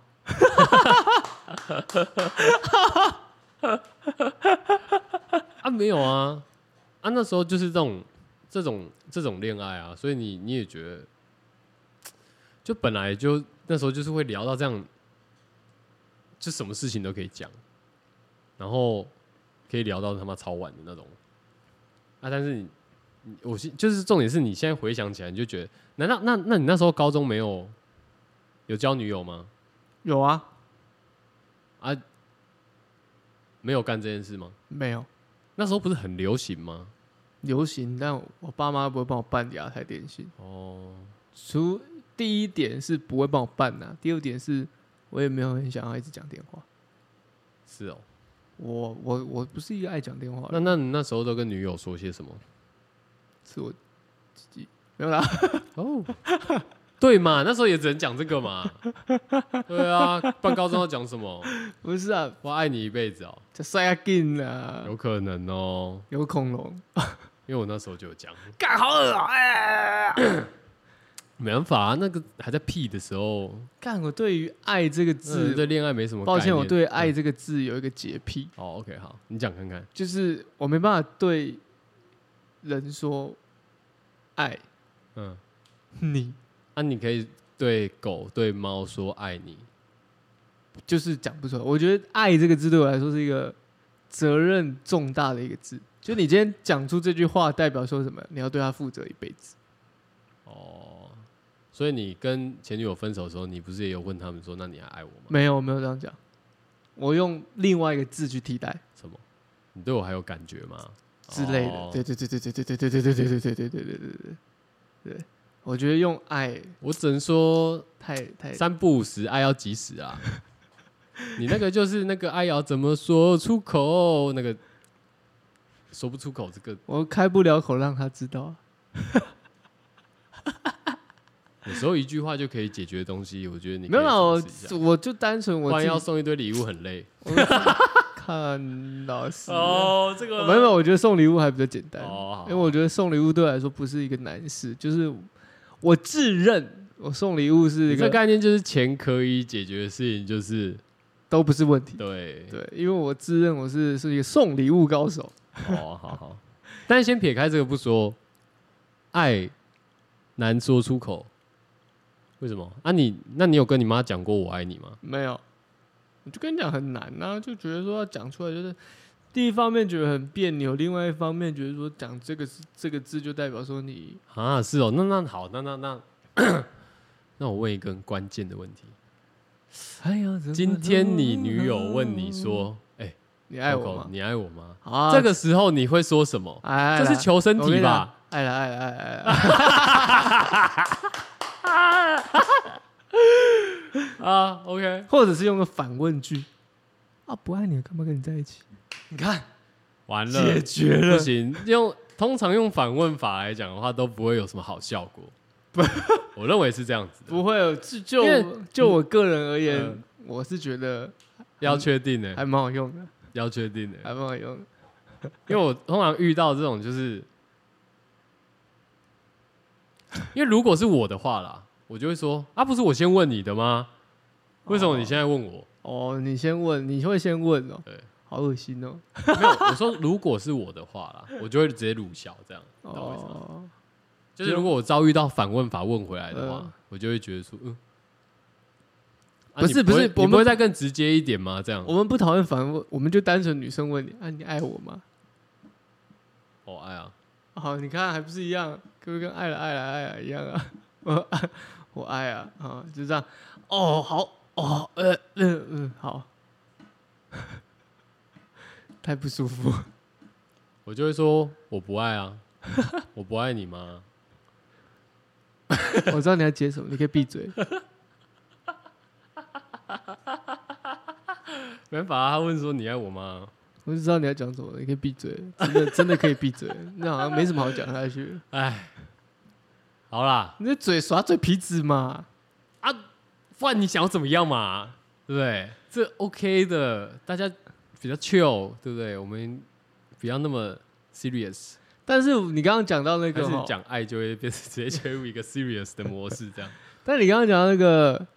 S1: 啊，没有啊，啊，那时候就是这种这种这种恋爱啊，所以你你也觉得，就本来就那时候就是会聊到这样，就什么事情都可以讲，然后可以聊到他妈超晚的那种，啊，但是你。你我是就是重点是你现在回想起来，你就觉得，难道那那你那时候高中没有有交女友吗？
S2: 有啊，
S1: 啊，没有干这件事吗？
S2: 没有
S1: 那时候不是很流行吗？
S2: 流行，但我爸妈不会帮我办理啊台电信。
S1: 哦，
S2: 除第一点是不会帮我办呐、第二点是我也没有很想要一直讲电话。
S1: 是哦。
S2: 我我我不是一个爱讲电话的
S1: 那
S2: 人，
S1: 那你那时候都跟女友说些什么？
S2: 是我自己没有啦。
S1: 哦， 对嘛，那时候也只能讲这个嘛。 对啊，办高中要讲什么？
S2: 不是啊，
S1: 我爱你一辈子哦，
S2: 这塞亚劲啦，
S1: 有可能哦，
S2: 有恐龙，
S1: 因为我那时候就有讲，
S2: 干好恶啊！哎
S1: 没办法、啊，那个还在屁的时候，
S2: 干我对于爱这个
S1: 是
S2: 字，
S1: 嗯对恋爱没什么概念。
S2: 抱歉，我对爱
S1: 嗯
S2: 这个字有一个洁癖，
S1: 哦，OK，好，你讲看看。
S2: 就是我没办法对人说爱
S1: 嗯，
S2: 你，
S1: 啊，你可以对狗、对猫说爱你，
S2: 就是讲不出来。我觉得“爱”这个字对我来说是一个责任重大的一个字。就你今天讲出这句话，代表说什么？你要对他负责一辈子。
S1: 哦，所以你跟前女友分手的时候，你不是也有问他们说，那你还爱我吗？
S2: 没有，我没有这样讲，我用另外一个字去替代
S1: 什么？你对我还有感觉吗？
S2: 之类的
S1: 哦。
S2: 对对对对对对对对对对对对对对对对对对。对，我觉得用爱
S1: 我只能说
S2: 太太
S1: 三不五时，爱要及时啊。你那个就是那个爱要怎么说出口，那个说不出口，这个
S2: 我开不了口让他知道啊。
S1: 有时候一句话就可以解决的东西，我觉得你
S2: 没有啦，
S1: 了
S2: 我，我就单纯
S1: 不
S2: 我自
S1: 然
S2: 己
S1: 要送一堆礼物很累。
S2: 我看老师。
S1: 哦，这个
S2: 没有，没有，我觉得送礼物还比较简单，
S1: 哦好
S2: 因为我觉得送礼物对我来说不是一个难事，就是我自认我送礼物是一
S1: 这个
S2: 个
S1: 概念就是钱可以解决的事情，就是
S2: 都不是问题，
S1: 对
S2: 对，因为我自认我是是一个送礼物高手，
S1: 哦，好好。但先撇开这个不说，爱难说出口，为什么？啊你，那你有跟你妈讲过我爱你吗？
S2: 没有，我就跟你讲很难呐、就觉得说要讲出来就是。第一方面觉得很别扭，另外一方面觉得说讲这个字这个字就代表说你
S1: 啊，是哦，那那好，那那 那那我问一个很关键的问题：
S2: 哎呀，怎么
S1: 今天你女友问你说：“哎、
S2: 你爱我
S1: Coco，
S2: 吗？
S1: 你爱我吗？”
S2: 好啊，
S1: 这个时候你会说什么？
S2: 哎，
S1: 这是求生
S2: 我跟
S1: 题
S2: 你讲
S1: 吧？？
S2: 爱了爱了爱了爱了，
S1: 啊，OK，
S2: 或者是用个反问句啊，不爱你了干嘛跟你在一起？你看
S1: 完了，
S2: 解决了
S1: 不，行，用通常用反问法来讲的话，都不会有什么好效果。我认为是这样子的，
S2: 不会有就
S1: 因为
S2: 就就我个人而言，
S1: 嗯
S2: 我是觉得
S1: 要确定呢、
S2: 还蛮好用的，
S1: 要确定呢、
S2: 还蛮好用的。
S1: 因为我通常遇到这种就是，因为如果是我的话啦，我就会说啊，不是我先问你的吗？为什么你现在问我？
S2: 哦，你先问，你会先问哦，
S1: 对，
S2: 好恶心哦。
S1: 没有，我说如果是我的话啦，我就会直接鲁小这样，你懂我意思吗？
S2: 哦，
S1: 就是如果我遭遇到反问法问回来的话，
S2: 嗯
S1: 我就会觉得说，嗯，啊
S2: 不是
S1: 你
S2: 不是
S1: 会
S2: 我
S1: 你
S2: 们
S1: 不会再更直接一点吗？这样
S2: 我，们不讨论反问，我们就单纯女生问你啊，你爱我吗？
S1: 哦，哎呀，
S2: 好，你看还不是一样，跟不跟爱了爱了爱了一样啊？ 我我爱啊啊，就这样。哦，好哦，呃嗯嗯，好， 太不舒服。
S1: 我就会说我不爱啊， 我不爱你吗？
S2: 我知道你要接什么，你可以闭嘴。
S1: 没办法、啊，他问说你爱我吗？
S2: 我就知道你要讲什么，你可以闭嘴，真的真的可以闭嘴。那好像没什么好讲下去的，
S1: 哎，好啦，
S2: 你的嘴耍嘴皮子嘛。
S1: 啊，不然你想要怎么样嘛？对不对？这 OK 的，大家比较 chill，对不对？我们不要那么 serious，
S2: 但是你刚刚讲到那
S1: 还
S2: 个
S1: 是
S2: 齁，
S1: 讲爱就会变成直接切入一个 serious 的模式，这样。
S2: 但你刚刚讲到那个，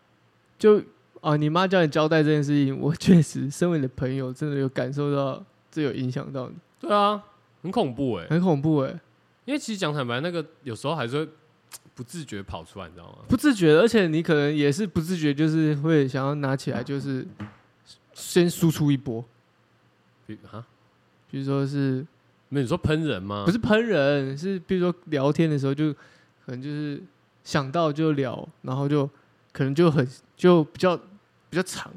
S2: 就哦，你妈叫你交代这件事情，我 确实身为你的朋友，真的有感受到这有影响到你，
S1: 对啊，很恐怖哎、
S2: 很恐怖哎、
S1: 因为其实讲坦白，那个有时候还是会不自觉跑出来，你知道吗？
S2: 不自觉的，而且你可能也是不自觉，就是会想要拿起来，就是先输出一波，
S1: 比啊，
S2: 比如说是
S1: 没有你说喷人吗？
S2: 不是喷人，是比如说聊天的时候就可能就是想到就聊，然后就可能就很就比较比较长，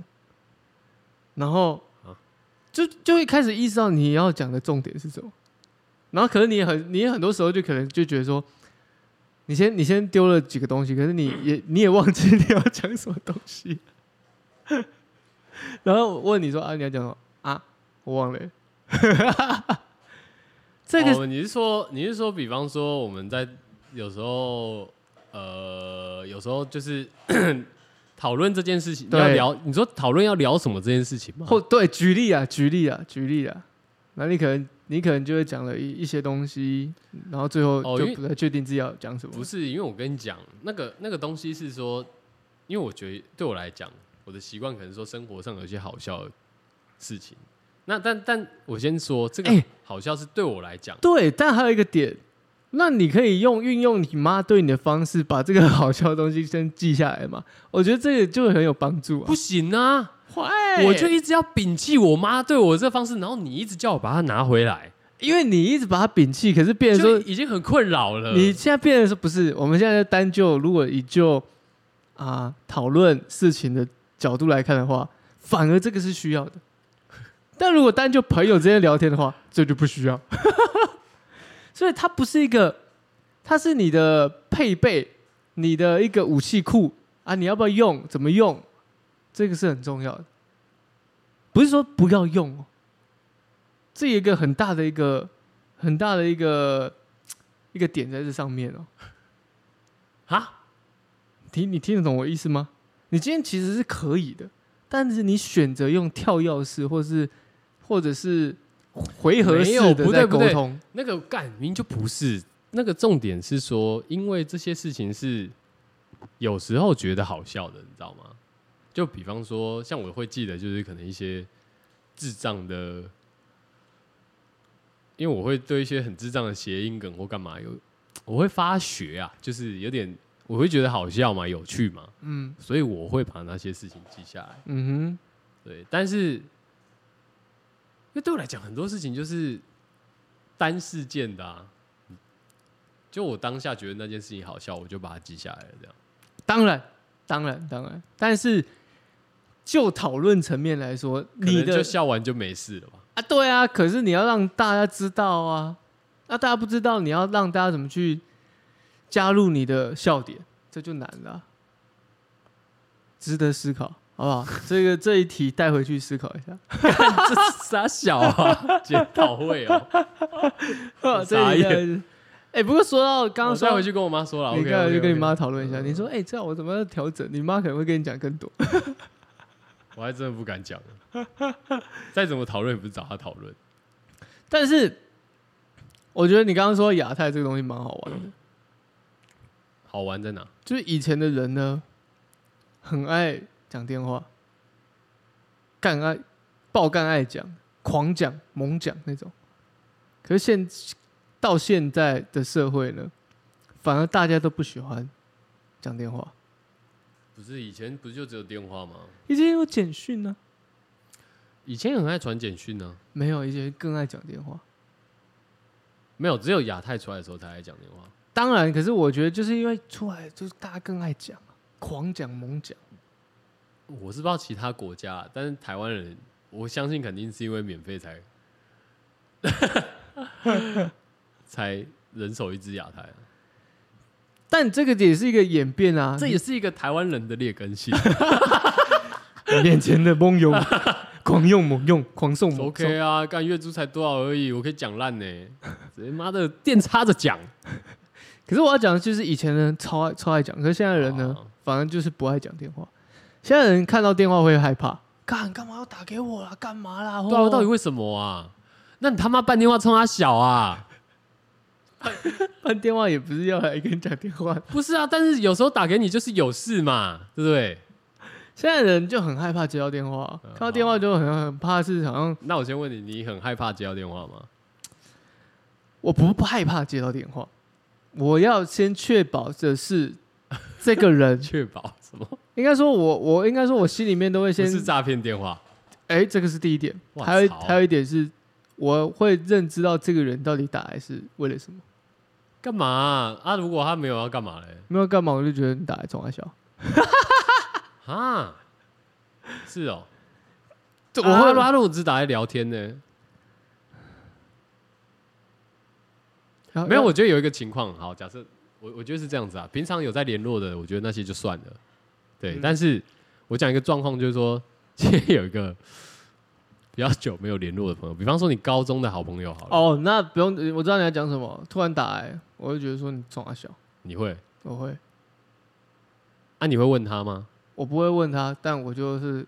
S2: 然后
S1: 啊
S2: 就就会开始意识到你要讲的重点是什么，然后可能你也很你也很多时候就可能就觉得说。你先，你先丢了几个东西，可是你也你也忘记你要讲什么东西，然后我问你说啊，你要讲什么啊？我忘了 欸。这个
S1: 哦，你是说你是说，比方说我们在有时候呃，有时候就是讨论这件事情
S2: 对
S1: 要聊，你说讨论要聊什么这件事情吗？
S2: 或对，举例啊，举例啊，举例啊。那你可能你可能就会讲了一一些东西，然后最后
S1: 哦
S2: 就
S1: 因为
S2: 不太确定自己要讲什么。
S1: 不是，因为我跟你讲，那个那个东西是说，因为我觉得对我来讲，我的习惯可能说生活上有一些好笑的事情。那但但我先说，这个
S2: 哎
S1: 好笑是对我来讲，
S2: 对，但还有一个点，那你可以用运用你妈对你的方式，把这个 好笑的东西先记下来嘛。我觉得这个就会很有帮助啊
S1: 不。行啊，
S2: 坏
S1: 我就一直要摒弃我妈对我这方式，然后你一直叫我把它拿回来，
S2: 因为你一直把它摒弃，可是变成
S1: 就
S2: 说
S1: 已经很困扰了。
S2: 你现在变成说不是，我们现在在单就如果以就啊讨论事情的角度来看的话，反而这个是需要的。 但如果单就朋友之间聊天的话，这就不需要。 所以它不是一个，它是你的配备，你的一个武器库啊，你要不要用，怎么用，这个是很重要的。不是说不要用哦，这一个很大的一个很大的一个一个点在这上面哦。
S1: 啊，
S2: 听你听得懂我意思吗？你今天其实是可以的，但是你选择用跳钥匙，或是或者是回合
S1: 没
S2: 式
S1: 有
S2: 的
S1: 不对
S2: 在
S1: 不
S2: 沟
S1: 对
S2: 通，
S1: 那个干明明就不是那个重点是说，因为这些事情是有时候觉得好笑的，你知道吗？就比方说，像我会记得就是可能一些智障的，因为我会对一些很智障的谐音梗或干嘛有，我会发学啊，就是有点我会觉得好笑嘛，有趣嘛，
S2: 嗯
S1: 所以我会把那些事情记下来。
S2: 嗯
S1: 对，但是因为对我来讲，很多事情就是单事件的啊。就我当下觉得那件事情好笑，我就把它记下来了。这样
S2: 哼，当然当然当然，但是就讨论层面来说，
S1: 可
S2: 你
S1: 能就
S2: 的
S1: 笑完就没事了吧？
S2: 啊对啊，可是你要让大家知道啊，那、大家不知道，你要让大家怎么去加入你的笑点，这就难了啊、值得思考，好不好？ 这个这一题带回去思考一下。
S1: 这是傻小啊，检讨会哦。傻
S2: 啊 这一
S1: 眼
S2: 个是哎，不过说到刚
S1: 我
S2: 刚说
S1: 再
S2: 到，
S1: 回去跟我妈说了，
S2: 你刚才就跟你妈讨论一下，
S1: 嗯
S2: 你说哎，这样我怎么样调整？你妈可能会跟你讲更多。
S1: 我还真的不敢讲了。再怎么讨论，也不是找她讨论。
S2: 但是我觉得你刚刚说亚太这个东西蛮好玩的，
S1: 好玩在哪？
S2: 就是以前的人呢，很爱讲电话，干爱爆干爱讲，狂讲猛讲那种。可是现到现在的社会呢，反而大家都不喜欢讲电话，
S1: 不是以前不是就只有电话吗？
S2: 以前有简讯呢、
S1: 以前很爱传简讯呢、
S2: 没有，以前更爱讲电话。
S1: 没有，只有亚太出来的时候才爱讲电话。
S2: 当然，可是我觉得就是因为出来就是大家更爱讲，狂讲猛讲。
S1: 我是不知道其他国家啊，但是台湾人，我相信肯定是因为免费才才人手一只亚太啊、
S2: 但这个也是一个演变啊，
S1: 这也是一个台湾人的劣根性。啊
S2: 你眼前的 梦游，狂用猛用，狂送猛
S1: OK 啊，干月租才多少而已，我可以讲烂呢，直接妈的电插着讲。
S2: 可是我要讲的就是以前人超爱超爱讲，可是现在人呢，
S1: 啊
S2: 反而就是不爱讲电话。现在人看到电话会害怕，干干嘛要打给我啦？干嘛啦？
S1: 对啊，
S2: 哦
S1: 到底为什么啊？那你他妈办电话冲他小啊？
S2: 办电话也不是要来跟你讲电话，
S1: 不是啊，但是有时候打给你就是有事嘛，对不对？
S2: 现在人就很害怕接到电话，
S1: 嗯
S2: 看到电话就很很怕，是好像
S1: 那我先问你，你很害怕接到电话吗？，
S2: 我不害怕接到电话，我要先确保的是这个人
S1: 确保什么？
S2: 应该说我我应该说我心里面都会
S1: 不
S2: 先，
S1: 是诈骗电话，
S2: 哎、这个是第一点，
S1: 哇
S2: 还有
S1: 操
S2: 还有一点是，我会认知到这个人到底打来是为了什么，
S1: 干嘛啊？啊如果他没有要干嘛嘞？
S2: 没有干嘛我就觉得你打来冲他笑，
S1: 啊，是哦，
S2: 这
S1: 我
S2: 我
S1: 会
S2: 会、
S1: 啊、他如果只打来聊天呢？
S2: 然后哎
S1: 没有，我觉得有一个情况，好，假设我我觉得是这样子啊，平常有在联络的，我觉得那些就算了，对。
S2: 嗯
S1: 但是我讲一个状况，就是说， 今天有一个比较久没有联络的朋友，比方说你高中的好朋友，好了，
S2: 哦，那不用，我知道你要讲什么，突然打来，我就觉得说你冲他笑，
S1: 你会
S2: 我会。
S1: 啊？你会问他吗？
S2: 我不会问他，但我就是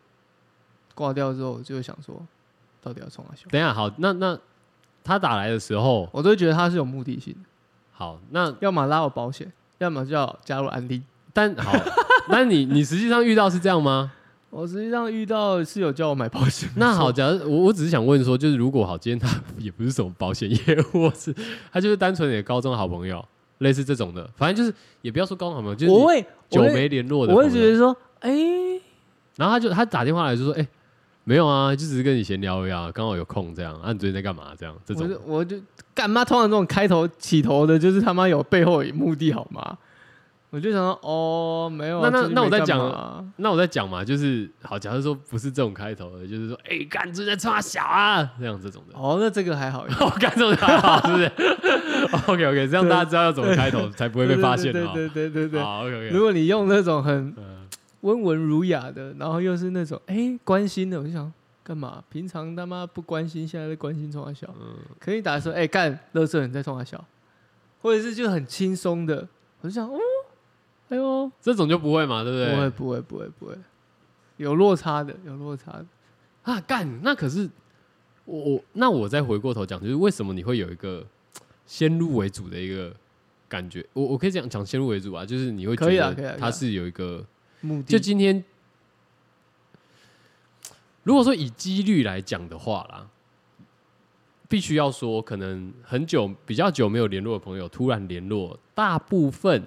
S2: 挂掉之后，我就想说，到底要冲他笑？
S1: 等一下，好，那那他打来的时候，
S2: 我都会觉得他是有目的性的，
S1: 好，那
S2: 要么拉我保险，要么就要加入安利。
S1: 但 好，那你你实际上遇到是这样吗？
S2: 我实际上遇到是有叫我买保险，
S1: 那好，假如我我只是想问说，就是如果好，今天他也不是什么保险业务，或是他就是单纯你的高中好朋友，类似这种的，反正就是也不要说高中好朋友，就是
S2: 我
S1: 你
S2: 会，
S1: 久
S2: 我会，
S1: 没联络的
S2: 我
S1: 朋
S2: 会觉
S1: 友。
S2: 得说，哎、
S1: 然后他就他打电话来就说，哎、没有啊，就只是跟你闲聊而已啊，刚好有空这样。啊，你最近在干嘛？这样这
S2: 我
S1: 种
S2: 就我就干嘛？通常这种开头起头的，就是他妈有背后有目的好吗？我就想说，哦，没有啊、
S1: 那那
S2: 最近
S1: 那我
S2: 没
S1: 再
S2: 干
S1: 讲
S2: 嘛
S1: 了
S2: 啊
S1: 那我在讲嘛，就是好，假如说不是这种开头的，就是说，哎、干最近在冲他小啊，这样这 种的。
S2: 哦，那这个还好一点。
S1: 我干这种还好，是不是 ？OK OK，这样
S2: 对
S1: 大家知道要怎么开头，才不会被发现
S2: 对
S1: 的嘛。
S2: 对对对对对。
S1: 好，OK
S2: 如
S1: OK。
S2: 果你用那种很
S1: 嗯。
S2: 温文儒雅的，然后又是那种哎、关心的，我就想干嘛？平常他妈不关心，现在在关心冲他笑。
S1: 嗯
S2: 可以打说哎、干，乐色你在冲他笑，或者是就很轻松的，我就想哦，哎呦，
S1: 这种就不会嘛，对不
S2: 不
S1: 对？
S2: 会不会不会不会，有落差的，有落差的。
S1: 啊，干，那可是我我那我再回过头讲，就是为什么你会有一个先入为主的一个感觉？我我可以讲讲先入为主啊，就是你会觉
S2: 可以啊可以啊
S1: 得
S2: 可以啊
S1: 他是有一个，
S2: 目的
S1: 就今天如果说以几率来讲的话啦。必须要说，可能很久比较久没有联络的朋友突然联络，大部分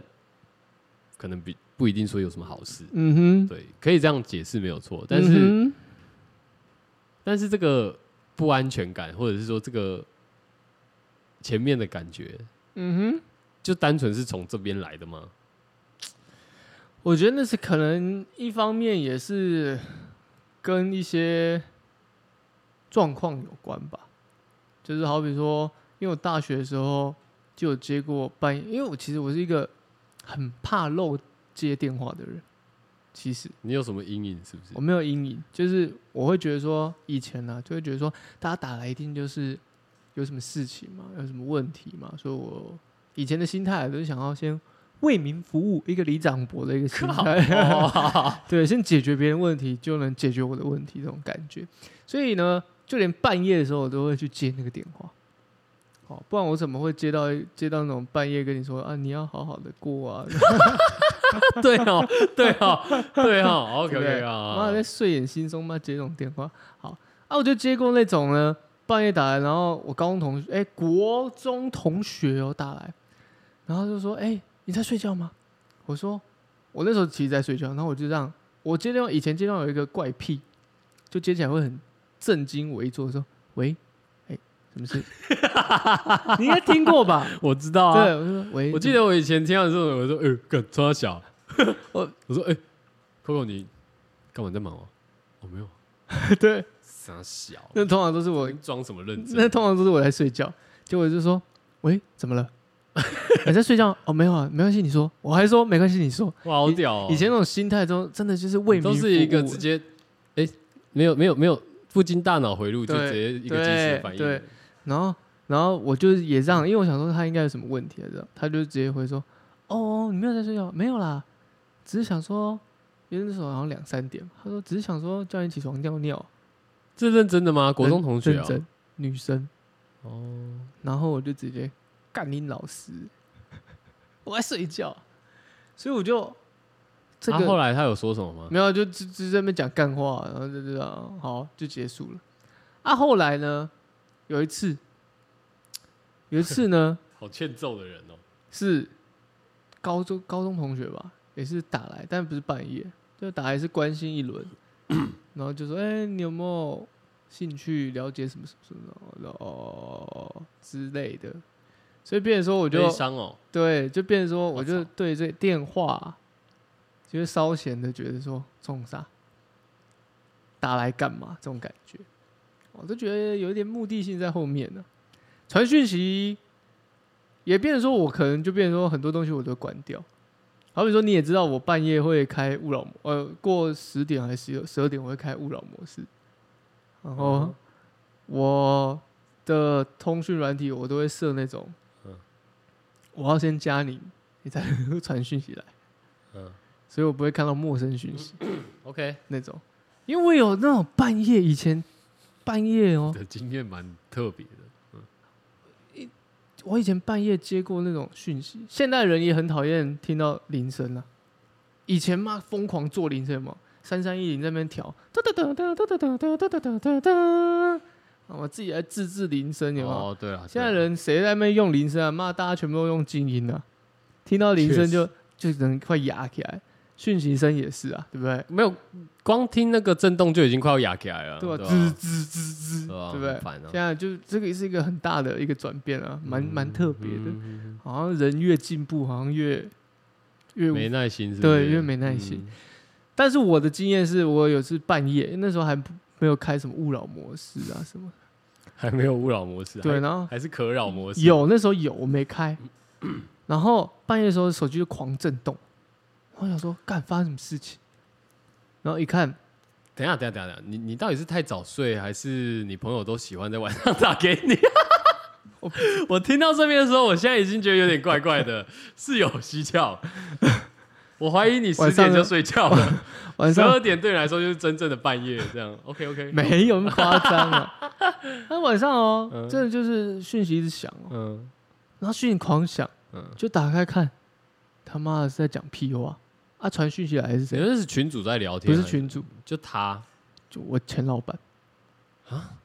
S1: 可能比不一定说有什么好事，
S2: 嗯哼，
S1: 对，可以这样解释没有错。但是、
S2: 嗯哼
S1: 但是这个不安全感，或者是说这个前面的感觉，
S2: 嗯
S1: 就单纯是从这边来的吗？
S2: 哼，我觉得那是可能一方面也是跟一些状况有关吧，就是好比说，因为我大学的时候就有接过半夜，因为我其实我是一个很怕漏接电话的人，其实
S1: 你有什么阴影 是不是
S2: 我？没有阴影，就是我会觉得说，以前呢、就会觉得说，大家打来一定就是有什么事情嘛，有什么问题嘛，所以我以前的心态啊都是想要先为民服务，一个里长伯的一个心态，
S1: 哦
S2: 对，先解决别人问题就能解决我的问题这种感觉，所以呢，就连半夜的时候我都会去接那个电话。哦，不然我怎么会接到接到那种半夜跟你说啊，你要好好的过啊？
S1: 对哦，对哦，对 哦，OK
S2: 对不
S1: OK
S2: 对妈的在
S1: 啊，
S2: 睡眼惺忪嘛接这种电话。好啊，我就接过那种呢，半夜打来，然后我高中同学，哎、国中同学哦打来，然后就说，哎、你在睡觉吗？我说我那时候其实在睡觉，然后我就让我接电话，以前接电话有一个怪癖，就接起来会很震惊我一坐，说喂，哎、什么事？你应该听过吧？
S1: 我知道啊
S2: 对，。我就说喂，
S1: 我记
S2: 得
S1: 得我以前听到的时候，我说：“呃，干超小。”
S2: 我
S1: 我说：“哎、c o c o 你干嘛你在忙哦？”我、没有，
S2: 对，
S1: 傻小，
S2: 那通常都是我
S1: 装什么认真？
S2: 那通常都是我在睡觉，结果就说：“喂，怎 么了？你在睡觉？哦，没有啊，没关系，你说。”我还说：“没关系，你说。
S1: 哇，好屌、哦！
S2: 以前那种心态中，真的就是为民
S1: 都是一个
S2: 服务
S1: 直接，哎、没有没有没有，不经大脑回路就
S2: 对
S1: 直接一个即时反应。
S2: 对对然后，然后我就是也让，因为我想说他应该有什么问题，这样他就直接回说：“哦，你没有在睡觉？没有啦，只是想说，因为那时候好像两三点，他说只是想说叫你起床尿尿。
S1: 这认真的吗？”国中同学
S2: 认
S1: 啊、
S2: 真女生，
S1: 哦，
S2: 然后我就直接 干你老师，我在睡觉，所以我就这
S1: 啊、后
S2: 个
S1: 来他有说什么吗？
S2: 没有，啊就只只在那边讲干话，然后就知道好就结束了。啊，后来呢，有一次，有一次呢
S1: 好欠揍的人哦、
S2: 是高中高中同学吧，也是打来，但不是半夜，就打来是关心一 轮，然后就说：“哎、你有没有兴趣了解什么什么什么？”然后哦之类的，所以变成说我
S1: 我
S2: 就
S1: 悲伤哦，
S2: 对，就变成说，我就
S1: 操
S2: 对这电话，就是稍显的觉得说冲啥，打来干嘛这种感觉，我就觉得有一点目的性在后面呢、传讯息也变成说，我可能就变成说很多东西我都关掉。好比说，你也知道我半夜会开勿扰模，呃，过十点还是十二点我会开勿扰模式，然后
S1: 嗯
S2: 我的通讯软体我都会设那种
S1: 嗯，
S2: 我要先加你，你才能够传讯息来，
S1: 嗯
S2: 所以我不会看到陌生讯息
S1: ，OK
S2: 那种，因为我有那种半夜以前半夜哦、
S1: 的经验蛮特别的，
S2: 我以前半夜接过那种讯息，现代人也很讨厌听到铃声啊。以前嘛，疯狂做铃声嘛，三三一零在那边调，哒哒哒哒哒哒哒哒哒哒哒哒，啊我自己来自制铃声，有没有？
S1: 哦，对了，
S2: 现在
S1: 对啦
S2: 人谁在那边用铃声啊？妈，大家全部都用静音啊，听到铃声就就人快哑起来，讯息声也是啊，对不对？
S1: 没有光听那个震动就已经快要哑起来了，
S2: 对吧？
S1: 对
S2: 吱
S1: 吧
S2: 吱吱吱，
S1: 对吧
S2: 对不对
S1: 很？烦啊
S2: 现在就这个是一个很大的一个转变啊，蛮蛮特别的。
S1: 嗯
S2: 好像人越进步，好像越越无
S1: 没耐心是不是，嗯
S2: 对越没耐心但是我的经验是我有次半夜，那时候还不没有开什么勿扰模式啊什么，
S1: 嗯，还没有勿扰模式，
S2: 对，
S1: 还
S2: 然后
S1: 还是嗯可扰模式，
S2: 有那时候有我没开，然后半夜的时候手机就狂震动，我想说干发生什么事情，然后一看
S1: 等一下，等一下，等一下等一下，你你到底是太早睡，还是你朋友都喜欢在晚上打给你？
S2: 我
S1: 我听到这边的时候，我现在已经觉得有点怪怪 的，是有蹊跷。我怀疑你十
S2: 晚上
S1: 点
S2: 呢
S1: 就睡觉了，
S2: 晚
S1: 十
S2: 上
S1: 二点对你来说就是真正的半夜，这样 OK OK。
S2: 没有那么夸张 啊，那晚上哦
S1: 嗯，
S2: 真的就是讯息一直响哦，
S1: 嗯
S2: 然后讯息狂响，
S1: 嗯，
S2: 就打开看，他妈的是在讲屁话啊！传讯息来
S1: 等
S2: 是谁？
S1: 于是群主在哎聊天，啊嗯
S2: 不是，群主，
S1: 就他
S2: 就我前老板，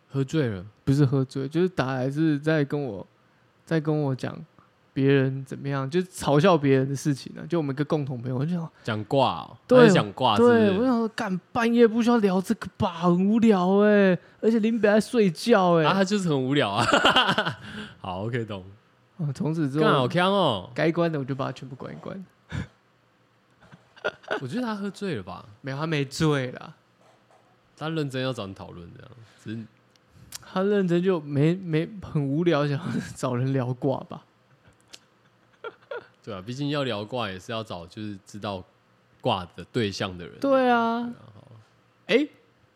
S1: 喝醉了，
S2: 不是喝醉，就是打来是在跟我，在跟我讲别人怎么样，就是嘲笑别人的事情啊呢、就我们一个共同朋友，我就想，
S1: 讲挂、哦，
S2: 对
S1: 他是想挂，是不
S2: 对我
S1: 是？
S2: 想说，干半夜不需要聊这个吧，很无聊哎、而且林北在睡觉哎、
S1: 啊，他就是很无聊啊。 好，OK，懂。
S2: 啊从、此之
S1: 干好
S2: 后，
S1: 康哦，
S2: 该关的我就把它全部关一关。
S1: 我觉得他喝醉了吧，
S2: 没有，他没醉啦，
S1: 他认真要找你讨论这样，只是
S2: 他认真就没没很无聊，想要找人聊挂吧。
S1: 对啊，毕竟要聊挂也是要找就是知道挂的对象的人。
S2: 对啊
S1: 对好
S2: 哎、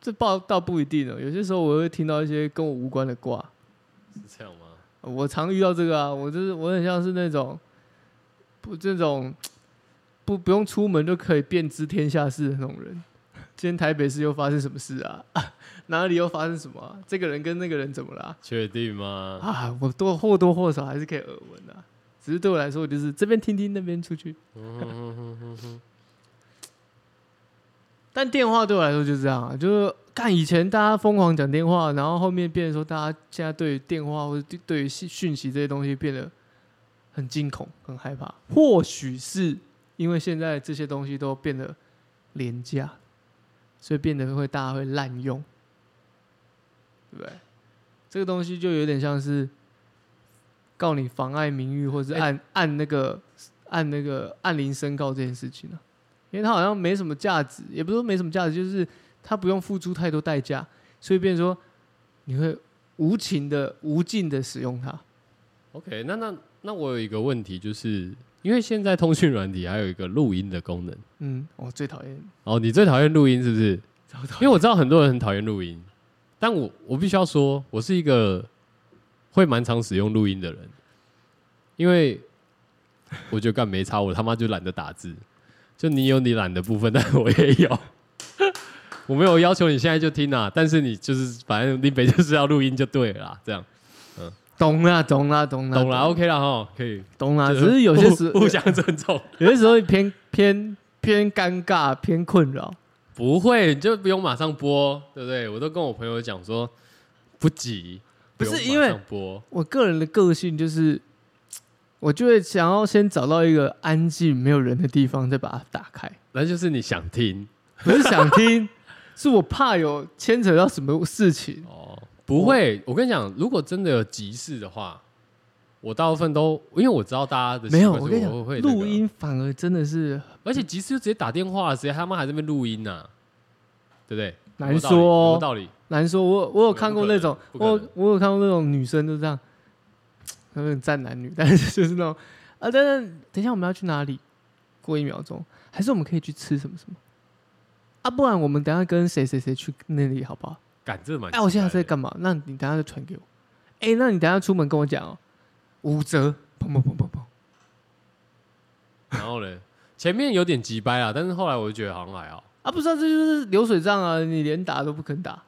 S2: 这报倒不一定哦，有些时候我会听到一些跟我无关的卦，
S1: 是这样吗？
S2: 我常遇到这个啊，我就是我很像是那种不这种不不用出门就可以遍知天下事的那种人。今天台北市又发生什么事啊？ 哪里又发生什么、啊？这个人跟那个人怎么啦、
S1: 确定
S2: 啊？
S1: 吗？
S2: 我多或多或少还是可以耳闻的、啊，只是对我来说，我就是这边听听，那边出去。
S1: 嗯
S2: 但电话对我来说就是这样、啊，就是看以前大家疯狂讲电话，然后后面变成说大家现在对于电话或者对对于信讯息这些东西变得很惊恐、很害怕。或许是因为现在这些东西都变得廉价，所以变得会大家会滥用，对不对？这个东西就有点像是告你妨碍名誉，或是
S1: 哎
S2: 按、按那个按那个按铃申告这件事情啊，因为它好像没什么价值，也不是说没什么价值，就是它不用付出太多代价，所以变成说你会无情的、无尽的使用它。
S1: OK，那那那我有一个问题，就是因为现在通讯软体还有一个录音的功能。
S2: 嗯，我最讨厌，
S1: 哦，你最讨厌录音是不是？因为我知道很多人很讨厌录音，但我我必须要说，我是一个会蛮常使用录音的人，因为我觉得干没差，我他妈就懒得打字。就你有你懒的部分， 但我也有。我没有要求你现在就听啊，但是你就是反正林北就是要录音就对了啦，这样
S2: 懂啦，懂啦，懂啦，
S1: 懂啦，OK 啦哈，可以
S2: 懂啦。
S1: 就
S2: 只是有些时
S1: 互互相尊重，
S2: 有些时候偏偏偏尴尬、偏困扰。
S1: 不会，你就不用马上播，对不对？我都跟我朋友讲说，不急，
S2: 不是
S1: 用
S2: 因为
S1: 马上播，
S2: 我个人的个性就是，我就会想要先找到一个安静、没有人的地方，再把它打开。
S1: 那就是你想听
S2: 不是想听， 是我怕有牵扯到什么事情。
S1: 哦。不会，我跟你讲，如果真的有急事的话，我大部分都因为我知道大家的习
S2: 没有，
S1: 惯
S2: 我
S1: 是
S2: 跟你讲
S1: 我会，那个
S2: 录、音反而真的是
S1: 而且急事就直接打电话了，谁他妈还在那边录音呢、对不对？
S2: 难
S1: 有没有道理
S2: 说哦
S1: 有没有道理。
S2: 难说。我我有
S1: 不
S2: 看过
S1: 可能
S2: 那种，
S1: 不可
S2: 我
S1: 能
S2: 我有看过那种女生就这样，有点站男女，但是就是那种啊，但是等一下我们要去哪里？过一秒钟，还是我们可以去吃什么什么？啊，不然我们等一下跟谁谁谁去那里好不好？
S1: 感这蛮
S2: 哎、我现在在
S1: 干
S2: 干嘛？那你等一下就传给我。哎、那你等一下出门跟我讲哦，五折，砰砰砰砰砰。
S1: 然后呢，前面有点急掰啊，但是后来我就觉得好像还好。
S2: 啊，不是、啊，这就是流水账啊！你连打都不肯打，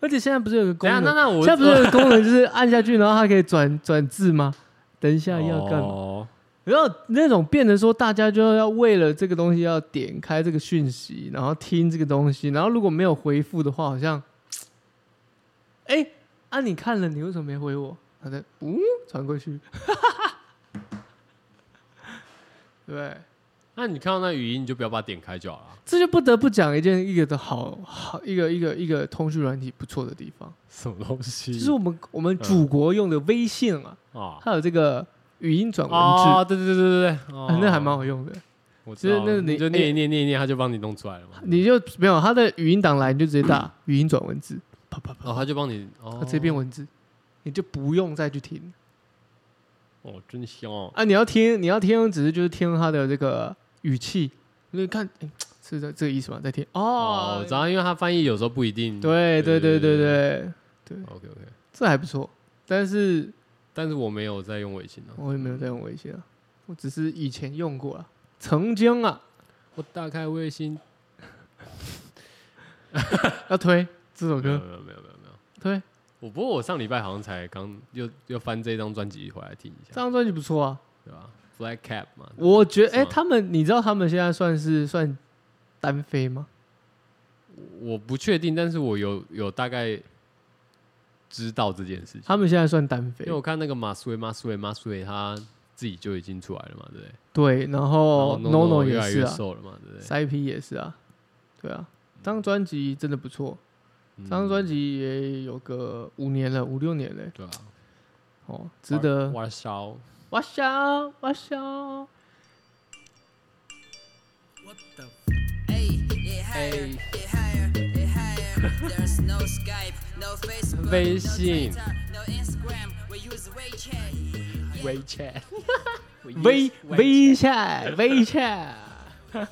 S2: 而且现在不是有个功
S1: 等一下，
S2: 能？
S1: 那那 我
S2: 现在不是有个功能，就是按下去，然后它可以转转字吗？等一下要干嘛？
S1: 哦
S2: 然后那种变成说，大家就要为了这个东西要点开这个讯息，然后听这个东西，然后如果没有回复的话，好像，哎、啊，你看了，你为什么没回我？他在嗯传过去， 对。
S1: 那你看到那语音，你就不要把它点开就好了。
S2: 这就不得不讲一件一个的好好一个一个一个通讯软体不错的地方，
S1: 什么东西？
S2: 就是我们我们
S1: 嗯
S2: 祖国用的微信啊，
S1: 啊，
S2: 它有这个语音转文字，
S1: 哦，对对对对对，哦
S2: 啊那还蛮，好用的。
S1: 我知
S2: 就是
S1: 道
S2: 那
S1: 了
S2: 你
S1: 你哎就念一念念一念，他就帮你弄出来了嘛。
S2: 你就没有它的语音档栏，你就直接 打语音转文字，啪啪
S1: 哦，
S2: 啪，
S1: 他就帮你哦
S2: 它，直接变文字，你就不用再去听
S1: 哦，真香哦。
S2: 啊。你要听你要听，只是就是听它的这个语气，你看，哎，是这这个意思吗？再听
S1: 哦，
S2: 哦
S1: 我，知道，因为他翻译有时候不一定。
S2: 对对对对
S1: 对
S2: 对，
S1: ，OK OK，
S2: 这还不错，但是。
S1: 但是我没有在用微信啊，
S2: 我也没有在用微信啊，我只是以前用过啊，曾经啊
S1: 我打开微信，
S2: 要推这首
S1: 没有
S2: 歌，
S1: 没有没有没有没有。
S2: 推
S1: 我不过我上礼拜好像才刚又又翻这张专辑回来听一
S2: 这
S1: 下，
S2: 张专辑不错啊。
S1: 对吧？Black Cap 嘛，
S2: 我觉得，
S1: 是
S2: 哎、
S1: 吗
S2: 他们，你知道他们现在算是算单飞吗？
S1: 我不确定，但是我有有大概知道这件事情，
S2: 他们现在算单飞
S1: 因为，我看那个马苏维马苏维马苏维他自己就已经出来了嘛，对不对？
S2: 对，然后
S1: 然后
S2: NONO
S1: 越
S2: 也
S1: 来
S2: 是
S1: 越
S2: 啊
S1: 瘦了嘛，对不对？
S2: 塞皮也是啊，对啊，这张专辑真的不错，这张
S1: 嗯
S2: 专辑也有个五年了，五六年了、
S1: 对啊，
S2: 哦，值得。
S1: 挖烧。
S2: 哇想，哇想，
S1: 哎，
S4: There's no Skype, no Facebook,
S1: 微
S4: no
S1: 信
S4: Twitter, no Instagram. We use WeChat.
S1: WeChat，
S2: 微微下微下。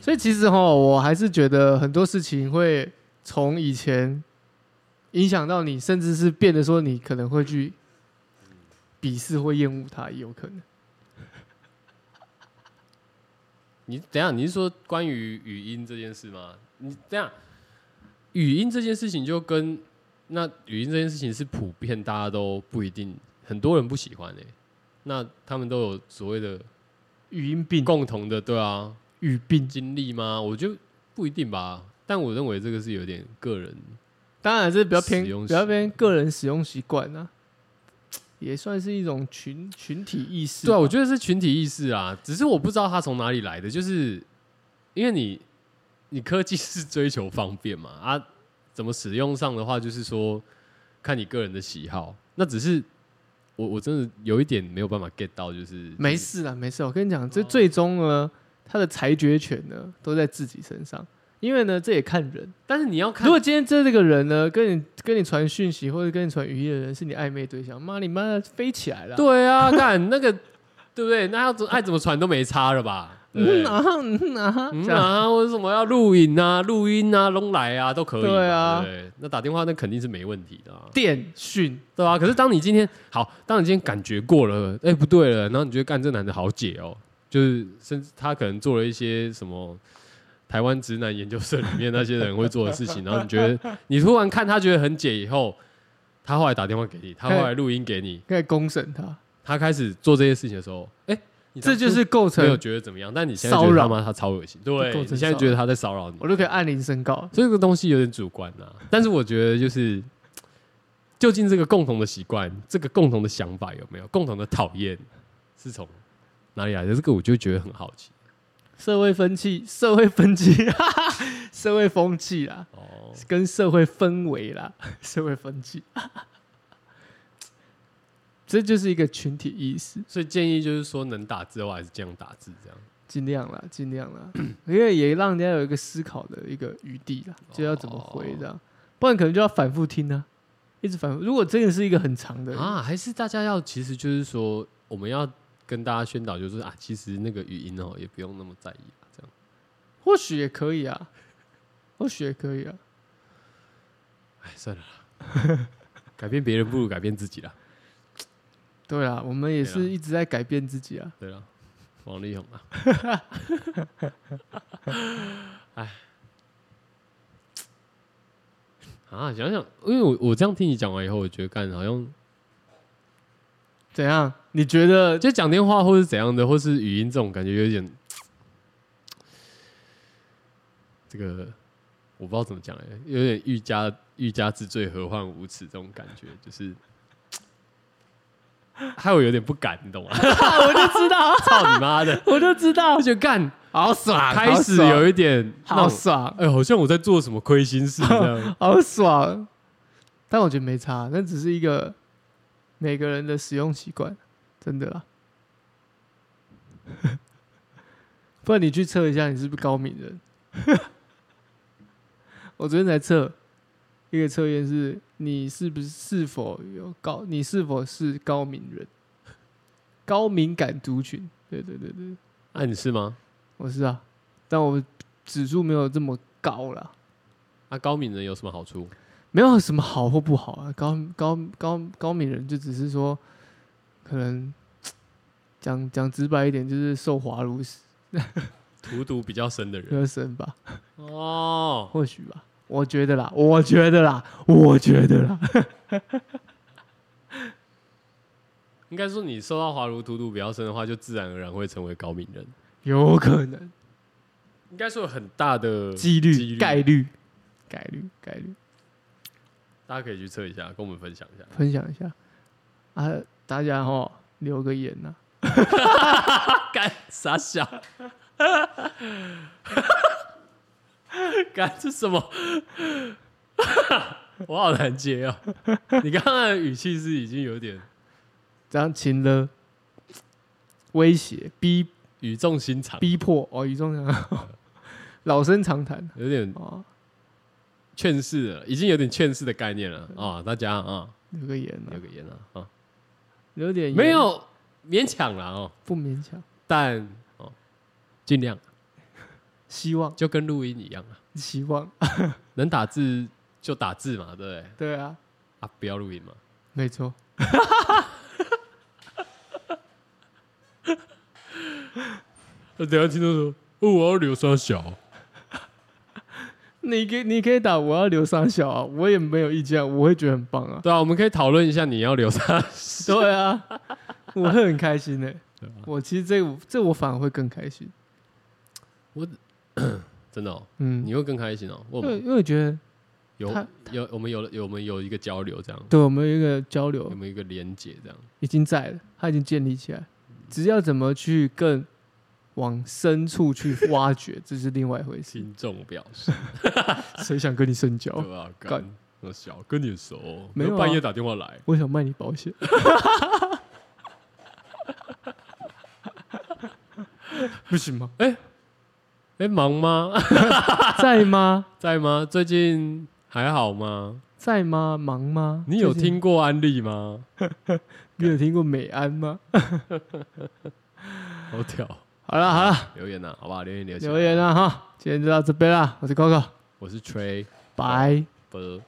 S2: 所以其实哈，我还是觉得很多事情会从以前影响到你，甚至是变得说你可能会去鄙视或厌恶它，也有可能。
S1: 你等一下，你是说关于语音这件事吗？你等一下，语音这件事情就跟那语音这件事情是普遍大家都不一定，很多人不喜欢诶、欸那他们都有所谓的
S2: 语音病、
S1: 共同的对啊
S2: 语病，
S1: 经历吗？我觉得不一定吧，但我认为这个是有点个人
S2: 当然是比较偏
S1: 使用
S2: 比较
S1: 习
S2: 偏个人使用习惯啊，也算是一种群群体意识吧。
S1: 对啊，我觉得是群体意识啊，只是我不知道它从哪里来的，就是因为你你科技是追求方便嘛啊，怎么使用上的话，就是说看你个人的喜好。那只是我我真的有一点没有办法 get 到，就是
S2: 没事啦，没事。我跟你讲，这
S1: 哦
S2: 最终呢，他的裁决权呢都在自己身上，因为呢这也看人。
S1: 但是你要看
S2: 如果今天这这个人呢，跟你跟你传讯息或者跟你传语音的人是你暧昧对象，妈你妈的飞起来了。，
S1: 对啊，干那个对不对？那要怎爱怎么传都没差了吧？对不对
S2: 嗯啊哈嗯啊哈，
S1: 嗯
S2: 这样
S1: 啊，为什么要录影啊、录音啊、弄来啊都可以嘛，
S2: 对啊
S1: 对不对那打电话那肯定是没问题的、啊。
S2: 电讯
S1: 对啊，可是当你今天好，当你今天感觉过了，哎、不对了，然后你觉得干这男的好解哦，就是甚至他可能做了一些什么台湾直男研究社里面那些人会做的事情，然后你觉得你突然看他觉得很解以后，他后来打电话给你，他后来录音给你，
S2: 可以公审他，
S1: 他开始做这些事情的时候，哎、你当
S2: 这
S1: 初
S2: 就是构
S1: 没有
S2: 成，
S1: 觉得怎么样，但你现在觉
S2: 骚
S1: 得
S2: 扰
S1: 他妈他超恶心，对
S2: 构
S1: 你
S2: 成
S1: 现在
S2: 骚
S1: 觉得他在骚扰你，
S2: 我都可以按铃申告。
S1: 所以这个东西有点主观啦、但是我觉得就是，究竟这个共同的习惯，这个共同的想法有没有共同的讨厌，是从哪里来的？这个我就觉得很好奇
S2: 社会风气，社会风气， 哈哈社会风气啦，
S1: 哦。
S2: 跟社会氛围啦， 社会风气， 这就是一个群体意识，
S1: 所以建议就是说，能打字的话还是尽量打字这样。
S2: 尽量啦，尽量啦， 因为也让人家有一个思考的一个余地啦，就要怎么回这样，不然可能就要反复听啊，一直反复。如果真的是一个很长的，
S1: 啊，还是大家要，其实就是说，我们要跟大家宣导，就是啊，其实那个语音哦，也不用那么在意啊，这样。
S2: 或许也可以啊，或许也可以啊。
S1: 哎，算了啦，改变别人不如改变自己啦。
S2: 对啦，我们也
S1: 对
S2: 是
S1: 啦
S2: 一直在改变自己啊。
S1: 对了，王力宏啊， 哎，啊，想想，因为我我这样听你讲完以后，我觉得干好像
S2: 怎样？你觉得
S1: 就讲电话或是怎样的，或是语音这种感觉有点，这个我不知道怎么讲哎、有点欲加欲加之罪，何患无辞这种感觉，就是。害我有点不敢，你懂 吗？
S2: 我就知道，
S1: 操你妈的！
S2: 我就知道
S1: 我，就干，
S2: 好爽
S1: 开始有
S2: 一
S1: 一点那
S2: 好
S1: 种
S2: 爽，。
S1: 哎、好像我在做什么亏心事这样
S2: 好爽。但我觉得没差，那只是一个每个人的使用习惯，真的啦。 不然你去测一下，你是不是高敏人？ 我昨天才测一个测验，是你是不是是否有高，你是否是高敏人，高敏感族群？对对对对。
S1: 那、啊你是吗？
S2: 我是啊，但我指数没有这么高啦，
S1: 啊，高敏人有什么好处？
S2: 没有什么好或不好啊。高高高高敏人就只是说，可能讲讲直白一点，就是受华如
S1: 荼毒比较深的人
S2: 热身吧，
S1: 哦。
S2: 或许吧，我觉得啦，我觉得啦，我觉得啦，
S1: 应该说你受到华如荼毒比较深的话，就自然而然会成为高敏人。
S2: 有可能
S1: 应该说有很大的几
S2: 几率
S1: 率
S2: 概率概率概率，
S1: 大家可以去测一下，跟我们分享一下。
S2: 分享一下啊，大家哈留个言呐、
S1: 干傻笑，干这什么？我好难接啊！你刚刚的语气是已经有点
S2: 这样亲了威胁逼
S1: 语重心长，
S2: 逼迫哦，语重常 老生常谈
S1: 有点
S2: 哦，
S1: 劝世了，已经有点劝世的概念了啊！大家啊，
S2: 留个言啊
S1: 留，个言啊啊，
S2: 留点言
S1: 没有勉强啦哦，
S2: 不勉强，
S1: 但哦尽量哦
S2: 希 望
S1: 就跟录音一样啊，
S2: 希 望，
S1: 能打字就打字嘛，对不对？
S2: 对啊，
S1: 啊，不要录音嘛，
S2: 没错，
S1: 那等下听众说，哦，我要留三小，
S2: 你可以你可以打我要留三小啊，我也没有意见啊，我会觉得很棒啊，
S1: 对啊，我们可以讨论一下你要留三小，
S2: 对啊，我会很开心的、
S1: 对啊
S2: 我其实这个这我反而会更开心，
S1: 真的哦，
S2: 嗯，
S1: 你
S2: 因
S1: 会更开心哦，我
S2: 为
S1: 们
S2: 因为觉得
S1: 有
S2: 他
S1: 有我们有了有我们有一个交流这样，
S2: 对我们有一个交流
S1: 有，没有一个连接这样？
S2: 已经在了，它已经建立起来，只要怎么去更往深处去挖掘，这是另外一回事。
S1: 听众表示，
S2: 谁想跟你深交？
S1: 对吧？
S2: 干
S1: 哦干，我小跟你熟哦，
S2: 没有啊
S1: 半夜打电话来。
S2: 我想卖你 保险。不行吗？
S1: 哎、忙吗？
S2: 在吗？
S1: 在吗？最近还好吗？
S2: 在吗？忙吗？
S1: 你有
S2: 最近
S1: 听？过安利吗？
S2: 你有听过美安吗？
S1: 好屌！
S2: 好了好了，
S1: 留言呐、啊，好不好？留言留起来
S2: 留言了哈，今天就到这边啦。我是 Coco，
S1: 我是 Trey
S2: 拜。
S1: b